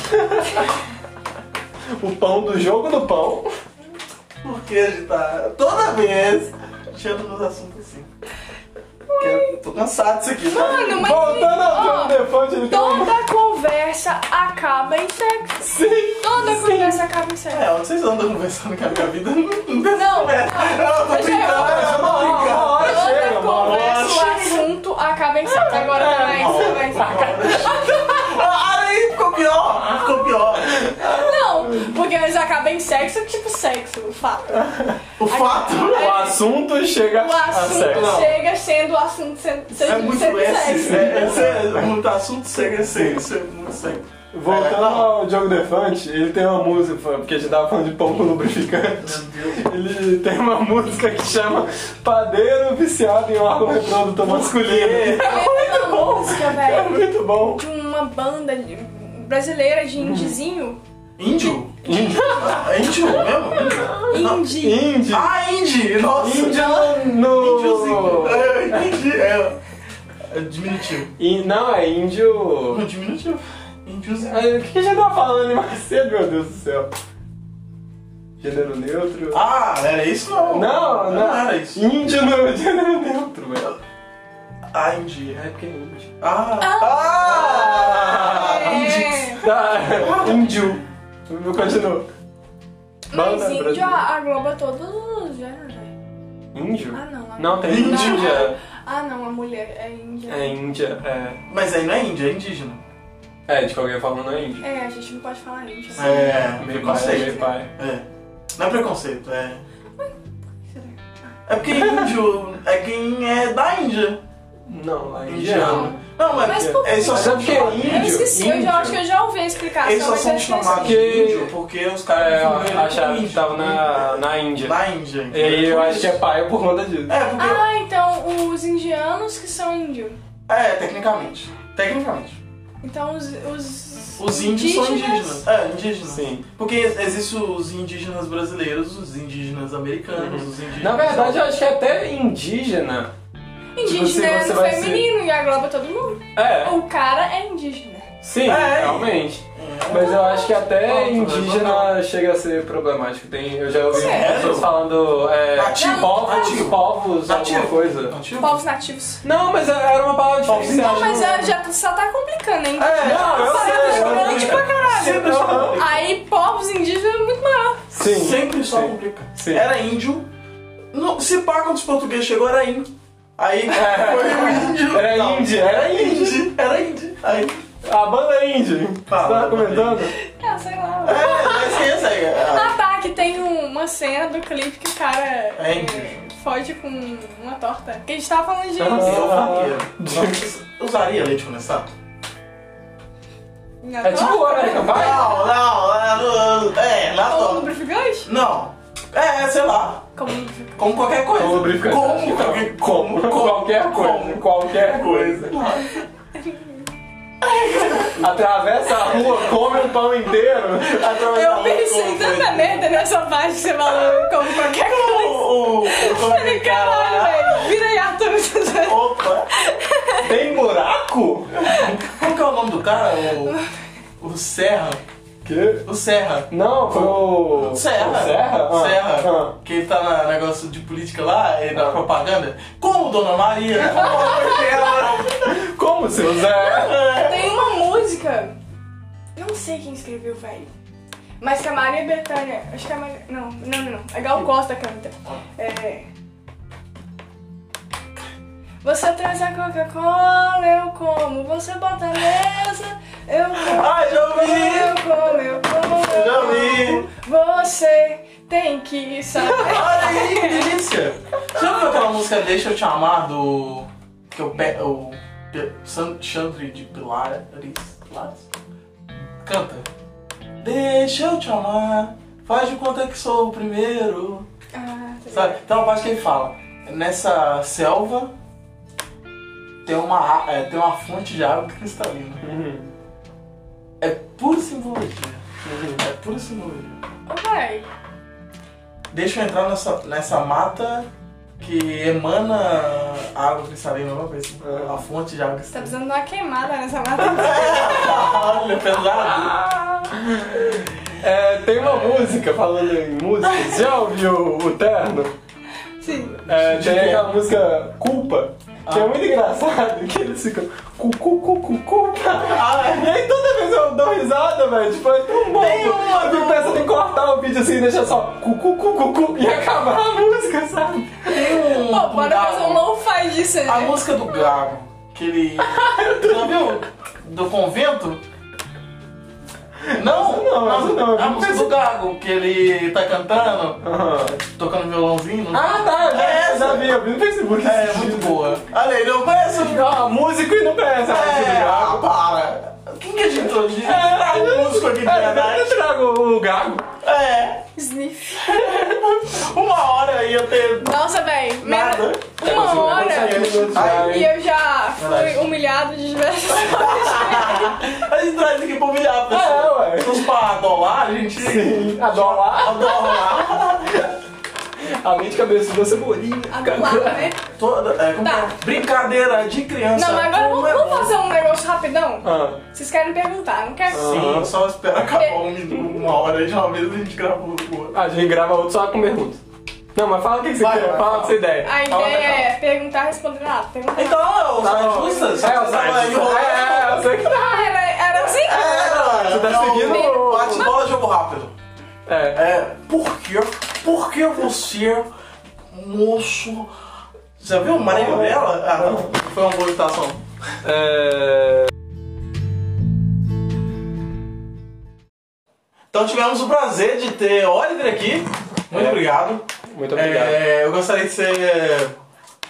O pão do jogo do pão.
Por que agitar? Toda vez tirando nos assuntos assim. Porque eu tô cansado disso aqui, tá?
Mano, mas. assim,
Voltando ao
ó,
John Defante, ele tem um...
toda conversa acaba em sexo.
Sim!
Toda conversa acaba em sexo.
É, onde vocês andam conversando com a minha vida? Não, não tem
Não,
conversa. Eu tô
Deixa eu-
brincando, eu
é Uma
tô
hora, uma
brincando.
hora chega,
Toda
uma hora.
conversa o assunto acaba em sexo. Agora
É,
também,
uma
também.
Ah, Aí ficou pior, ficou pior.
Não, porque eles acabam em sexo, tipo sexo, fato.
O fato.
O assunto chega
é. O
a sexo.
assunto
Ah, Não.
chega sendo o assunto sendo, sendo,
É muito
sendo
esse,
sexo.
é, esse é muito assunto sério, é sério, isso é muito sério.
Voltando ao Diogo Defante, ele tem uma música, porque a gente tava falando de pão com lubrificante. Ele tem uma música que chama Padeiro Viciado em um Álcool Reprodutor
É
Masculino.
Eu lembro de uma música,
É
velho,
muito bom.
de uma banda de- brasileira de indizinho.
Índio? É índio mesmo?
Indie.
Indie.
Ah, índio, nossa.
Índio
Índiozinho.
no...
É, eu entendi. É, é diminutivo.
E não, é índio...
Não, diminutivo. Índiozinho.
Aí, O que a gente tava falando ali mais cedo, meu Deus do céu? Gênero neutro?
Ah, era isso não.
Não, é não.
era isso.
Índio no gênero neutro, velho.
Ah, índio.
É porque é índio.
Ah. Ah.
É,
Tá, índio. Continua.
mas
Banda
índio
brasileira.
a- agloba todos os gêneros, velho.
Índio?
Ah, não. a-
Não, tem
Índia.
Índia.
Ah, não, a mulher é índia.
É Índia, é.
Mas aí não é índio, é indígena.
É, de qualquer forma não é Índia.
É, a gente não pode falar índia.
É,
Meu pai, meu
preconceito.
pai.
É. Não é preconceito, é.
Será?
É porque índio é quem é da Índia.
Não, lá é
Indiano.
indiano.
Não, mas,
Mas por
eles só
quê?
são
Mas é porque
chamados.
é
Eu
índio,
esqueci, eu
índio.
já acho que eu já ouvi a explicação.
Eles só um
mas
são assim.
eu esqueci.
chamados
Porque-
de índio porque os caras
É, eu
confundem
achava
com
que
índio.
tava na, na Índia.
Na Índia.
E aí eu acho que é pai por conta disso.
É, porque.
Ah, então os indianos que são índios.
É, tecnicamente. Tecnicamente.
Então os. Os,
Os índios são indígenas. É, indígenas.
Sim.
Porque existem os indígenas brasileiros, os indígenas americanos, os indígenas.
Na verdade, eu acho que é até indígena.
Indígena
Você-
é
você
no
vai
feminino e agloba todo mundo.
É.
O cara é indígena.
Sim,
É, e-
realmente. Mas eu acho que até indígena chega a ser problemático. Tem, eu já ouvi
Sério?
pessoas falando é,
Nativo,
povos,
nativo.
povos, alguma
Nativo.
é coisa.
Antigo?
Povos nativos.
Não, mas é, era uma palavra
Povos
diferente.
indígenas.
Não, mas é, já só tá complicando, hein?
É,
Não, eu
Parada
sei, eu
diferente
sei.
pra caralho. então.
Sempre só,
Aí povos indígenas é muito maior.
Ah, Sim.
sempre só
Sim.
complica.
Sim.
Era índio. Não, se pá, quando os portugueses chegou, era índio. Aí foi o índio.
É. Era
Não,
índio, era
índio. Era índio. Aí, é,
A banda é indie. Você
Fala,
tava
banda
comentando?
É, sei lá.
é, mas quem é cega?
Ah tá, que tem uma cena do clipe que o cara
É
eh,
indígena.
foge com uma torta. Que a gente tava falando de.
Aham.
Eu faria.
Ah.
Usaria leite condensado?
Na
É tipo o
torta?
American Pie?
Não, não, é, não, é, na
Como
torta.
lubrificante?
Não. É, sei lá.
Como lubrificante.
Como qualquer coisa.
Como lubrificante.
Como qualquer
Como qualquer coisa.
Como
Qualquer
qualquer
coisa.
coisa.
Atravessa a rua, come um pão inteiro. Atravessa a
Eu
rua,
pensei
come
tanta merda nessa parte que você falou como qualquer coisa.
O- o- o- como é que
Falei, caralho,
fala?
velho. Vira aí, Arthur.
Opa.
Tem buraco?
Como que é o nome do cara? O, o Serra.
Que?
O Serra.
Não, foi o.
Serra.
o Serra? Ah,
Serra.
ah.
Que ele tá na negócio de política lá, ele na propaganda. Como Dona Maria? Como a mãe dela.
ah. Como, seu Zé?
É.
Tem uma música. Não sei quem escreveu, velho. Mas que a Maria Bethânia. Acho que a Maria. Não, não, não. não. A Gal Costa canta.
Ah.
É. Você traz a Coca-Cola, eu como. Você bota a mesa, eu como.
Ai, já
Eu
ouvi!
como, eu como. eu
Já vi.
como. Você tem que saber.
Olha aí, que delícia! Já ouviu aquela música Deixa Eu Te Amar do. Que eu pe... o Pe- San- Chandri de Pilares? Pilares? Canta. Deixa eu te amar, faz de conta que sou o primeiro.
Ah, tá
Sabe? Tem uma parte que ele fala: Nessa selva tem uma, a- é, tem uma fonte de água cristalina. É pura simbologia. É pura simbologia.
ligado. Vai.
Deixa eu entrar nessa, nessa mata que emana água cristalina, não é isso? A fonte de água
Você tá
cristalina.
precisando dar uma queimada nessa mata.
Olha, pesado.
É, tem uma música falando em música. Você Já ouviu o terno?
Sim.
É,
De Ah.
tem
quem?
aquela música Culpa, que é muito engraçado, que eles ficam cu, cu, cu, cu, culpa. E
Ah,
aí toda vez eu dou risada, velho, tipo, é tão bom.
Tem uma
eu fico
do-
pensando em cortar o vídeo assim e deixar só cu, cu, cu, cu, cu, e acabar a música, sabe?
tem um.
Pô, bora
gago.
fazer um lo-fi disso, né?
A música do Gago, que ele. Já viu? Do convento? Não,
Essa não, essa não, eu um.
A
não
música
pensei-
do Gago, que ele tá cantando,
Aham.
tocando violãozinho.
Ah, tá, eu já,
É essa.
já vi, eu vi no Facebook.
É,
esses
muito
dias.
boa. Olha aí, não conhece o
Ah, músico e não conhece a música do
É, ah,
Gago.
para. Quem que a gente trouxe?
É,
É, um músico aqui de
é, eu
verdade.
trago o Gago.
É.
Sniff.
Uma hora aí eu ter
Nossa, velho.
nada.
Tipo assim, né,
Uma hora.
Ai,
E eu já fui
Verdade.
humilhado de diversas formas.
A gente traz aqui pro milhar,
É,
pessoal.
ué.
Nos pra adolar, a gente.
Sim, Ah, adolar.
Adolar.
Além de é cabeçuda, cebolinha.
Adulado, né?
Toda. É, como
Tá.
é? Brincadeira de criança.
Não, mas agora
como
vamos,
é
vamos
bom.
fazer um negócio rapidão.
Ah,
Vocês querem perguntar, não quer?
Sim,
Aham.
só espera acabar um minuto, uma hora aí de uma vez a gente grava o outro.
a gente grava outro só com pergunta. Não, mas fala o que, que você
Vai,
quer,
vai,
fala
fala.
a sua ideia.
A
Fala,
ideia
fala.
é perguntar, responder nada. Perguntar.
Então,
Tá bom.
são justas.
É, o site. É, eu sei que tá.
Ah, era, era assim?
É. Você
tá seguindo-
Então, Bate bola, jogo rápido.
É.
É, por que, por que você, moço... Já viu o Maria Gabriela? Ah, não. Foi uma boa imitação.
É.
Então tivemos o prazer de ter Oliver aqui. Muito
É.
obrigado.
Muito obrigado.
É, eu gostaria de você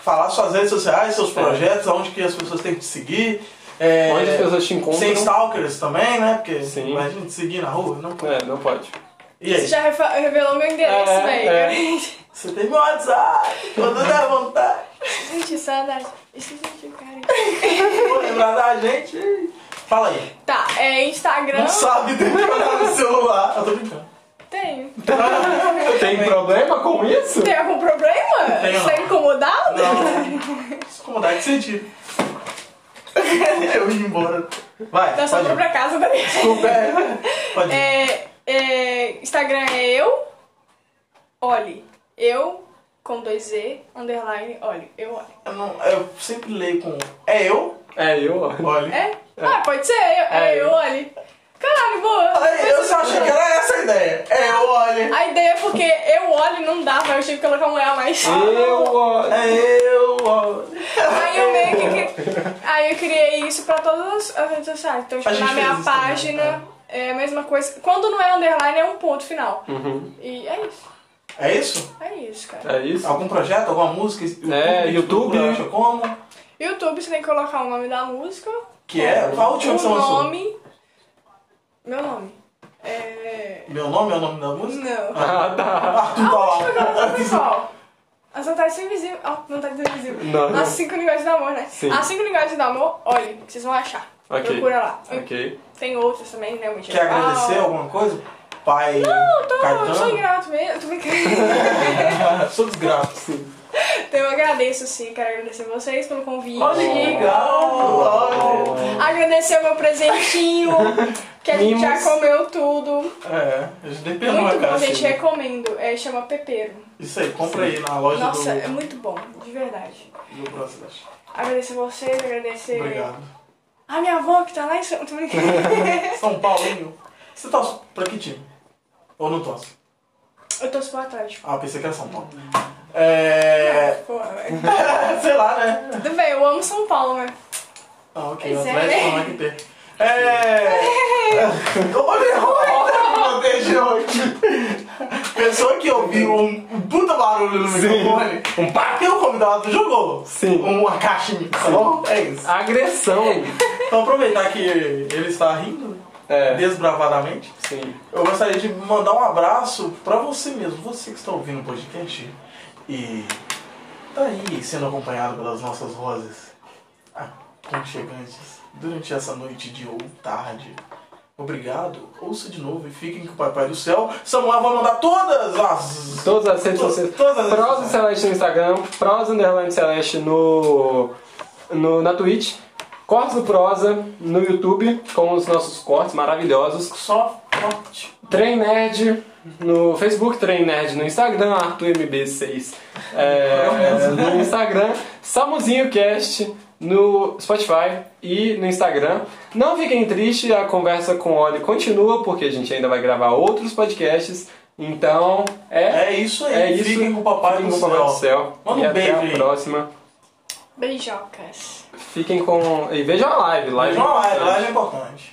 falar suas redes sociais, seus projetos, aonde que as pessoas têm que te seguir. É,
É. Onde as pessoas te encontram.
Sem stalkers também, né? Porque
Sim.
imagina te seguir na rua, não pode.
É, não pode.
E
Você
aí?
já refa- revelou meu endereço,
É,
velho.
é.
Você tem meu WhatsApp, quando der vontade.
Gente, saudade. Gente, cara.
Vou lembrar da gente. Fala aí.
Tá, é Instagram.
Não sabe tem que olhar no celular. Eu tô brincando.
Tenho.
Tem problema com isso?
Tem algum problema? Você
Tenho
tá
não. é
incomodado?
Não. Isso como dá de sentido. Eu ia embora. Vai,
Da sua
pode ir.
própria casa também.
Desculpa, é. Pode ir.
É, é, Instagram é eu, olhe, eu, com dois E, underline, olhe, eu olhe.
Eu, não- eu sempre leio com... É eu?
É, eu, ó.
Olha.
É? Ah, pode ser, é, eu- é
É.
eu, olhe. Caralho, boa.
Aí, eu só achei que era essa a ideia. É eu, olha.
A ideia é porque eu olhe não dava, eu tive que colocar um E a mais.
Eu, ó.
É eu, olha.
Aí eu meio que. que- Aí eu criei isso pra todas as redes sociais. Então, tipo,
A gente
na minha
fez isso
página
também, né?
é a mesma coisa. Quando não é underline, é um ponto final. E é isso.
É isso?
É isso, cara.
Uhum. É isso?
Algum projeto, alguma música?
É, YouTube.
procura, acha como?
YouTube, você tem que colocar o nome da música.
Que é? Qual a última que você
O
lançou?
nome. Meu nome. É.
Meu nome é o nome da música?
Não.
Ah, tá.
Arthur Palau.
tá Pessoal. As vantagens invisíveis. Ó, vantagens invisíveis.
Não, não.
tá As cinco linguagens do amor, né?
Sim.
As cinco linguagens do amor, olha, vocês vão achar.
Ok.
Procura lá.
Ok.
Tem outras também, né? Muito
Quer agradecer alguma coisa? Pai
Não, tô, eu sou
Caetano?
ingrato mesmo. Tô brincando.
Sou desgraça.
então eu agradeço, sim. Quero agradecer vocês pelo convite.
Olha que legal. Olha.
Agradecer o meu presentinho, que a gente já
Mimos.
comeu tudo.
É, a gente nem perdoa
Muito
a
bom,
cara.
gente.
assim.
Recomendo. É, chama Pepeiro.
Isso aí, compra aí na loja
Nossa, é
do,
muito bom, de verdade.
do processo.
Agradecer vocês, agradecer
Obrigado.
a minha avó que tá lá em São Tô brincando.
São Paulinho. Você torce pra que time? Ou não torce?
Eu tô super Atlético.
Ah, pensei que era São Paulo. É.
Pô, é-
Sei lá, né?
Tudo bem, eu amo São Paulo, né?
Ah, ok, o
Pois é,
Atlético
né?
não é que ter. É. Olha, olha, protegeu aqui. Pensou que ouviu um puta barulho no
Sim.
microfone? Um pá que o convidado jogou.
Sim.
Uma caixinha. Tá bom? É isso.
Agressão.
Então, aproveitar que ele está rindo
É,
desbravadamente.
sim.
Eu gostaria de mandar um abraço pra você mesmo, você que está ouvindo o podcast e tá aí sendo acompanhado pelas nossas vozes aconchegantes durante essa noite de ou tarde. Obrigado, ouça de novo e fiquem com o Papai do Céu. Samuel vai mandar todas as.
Todas as redes sociais.
Todas as redes
Prosa
sociais.
Celeste no Instagram, Prosa Underline Celeste no, no, na Twitch, Cortes do Prosa no YouTube, com os nossos cortes maravilhosos.
Só forte.
Trem Nerd no Facebook, Trem Nerd no Instagram, ArthurMB6 é, no Instagram, Samuzinho Cast no Spotify e no Instagram. Não fiquem tristes, a conversa com o Oli continua, porque a gente ainda vai gravar outros podcasts. Então, é,
É isso aí.
é isso.
Fiquem com o Papai,
Fiquem
do,
com
céu.
o Papai do Céu.
Manda
e
um
até
beijo aí.
a próxima.
Beijocas.
Fiquem com. E vejam a live. live
Vejam a live,
importante.
live é importante.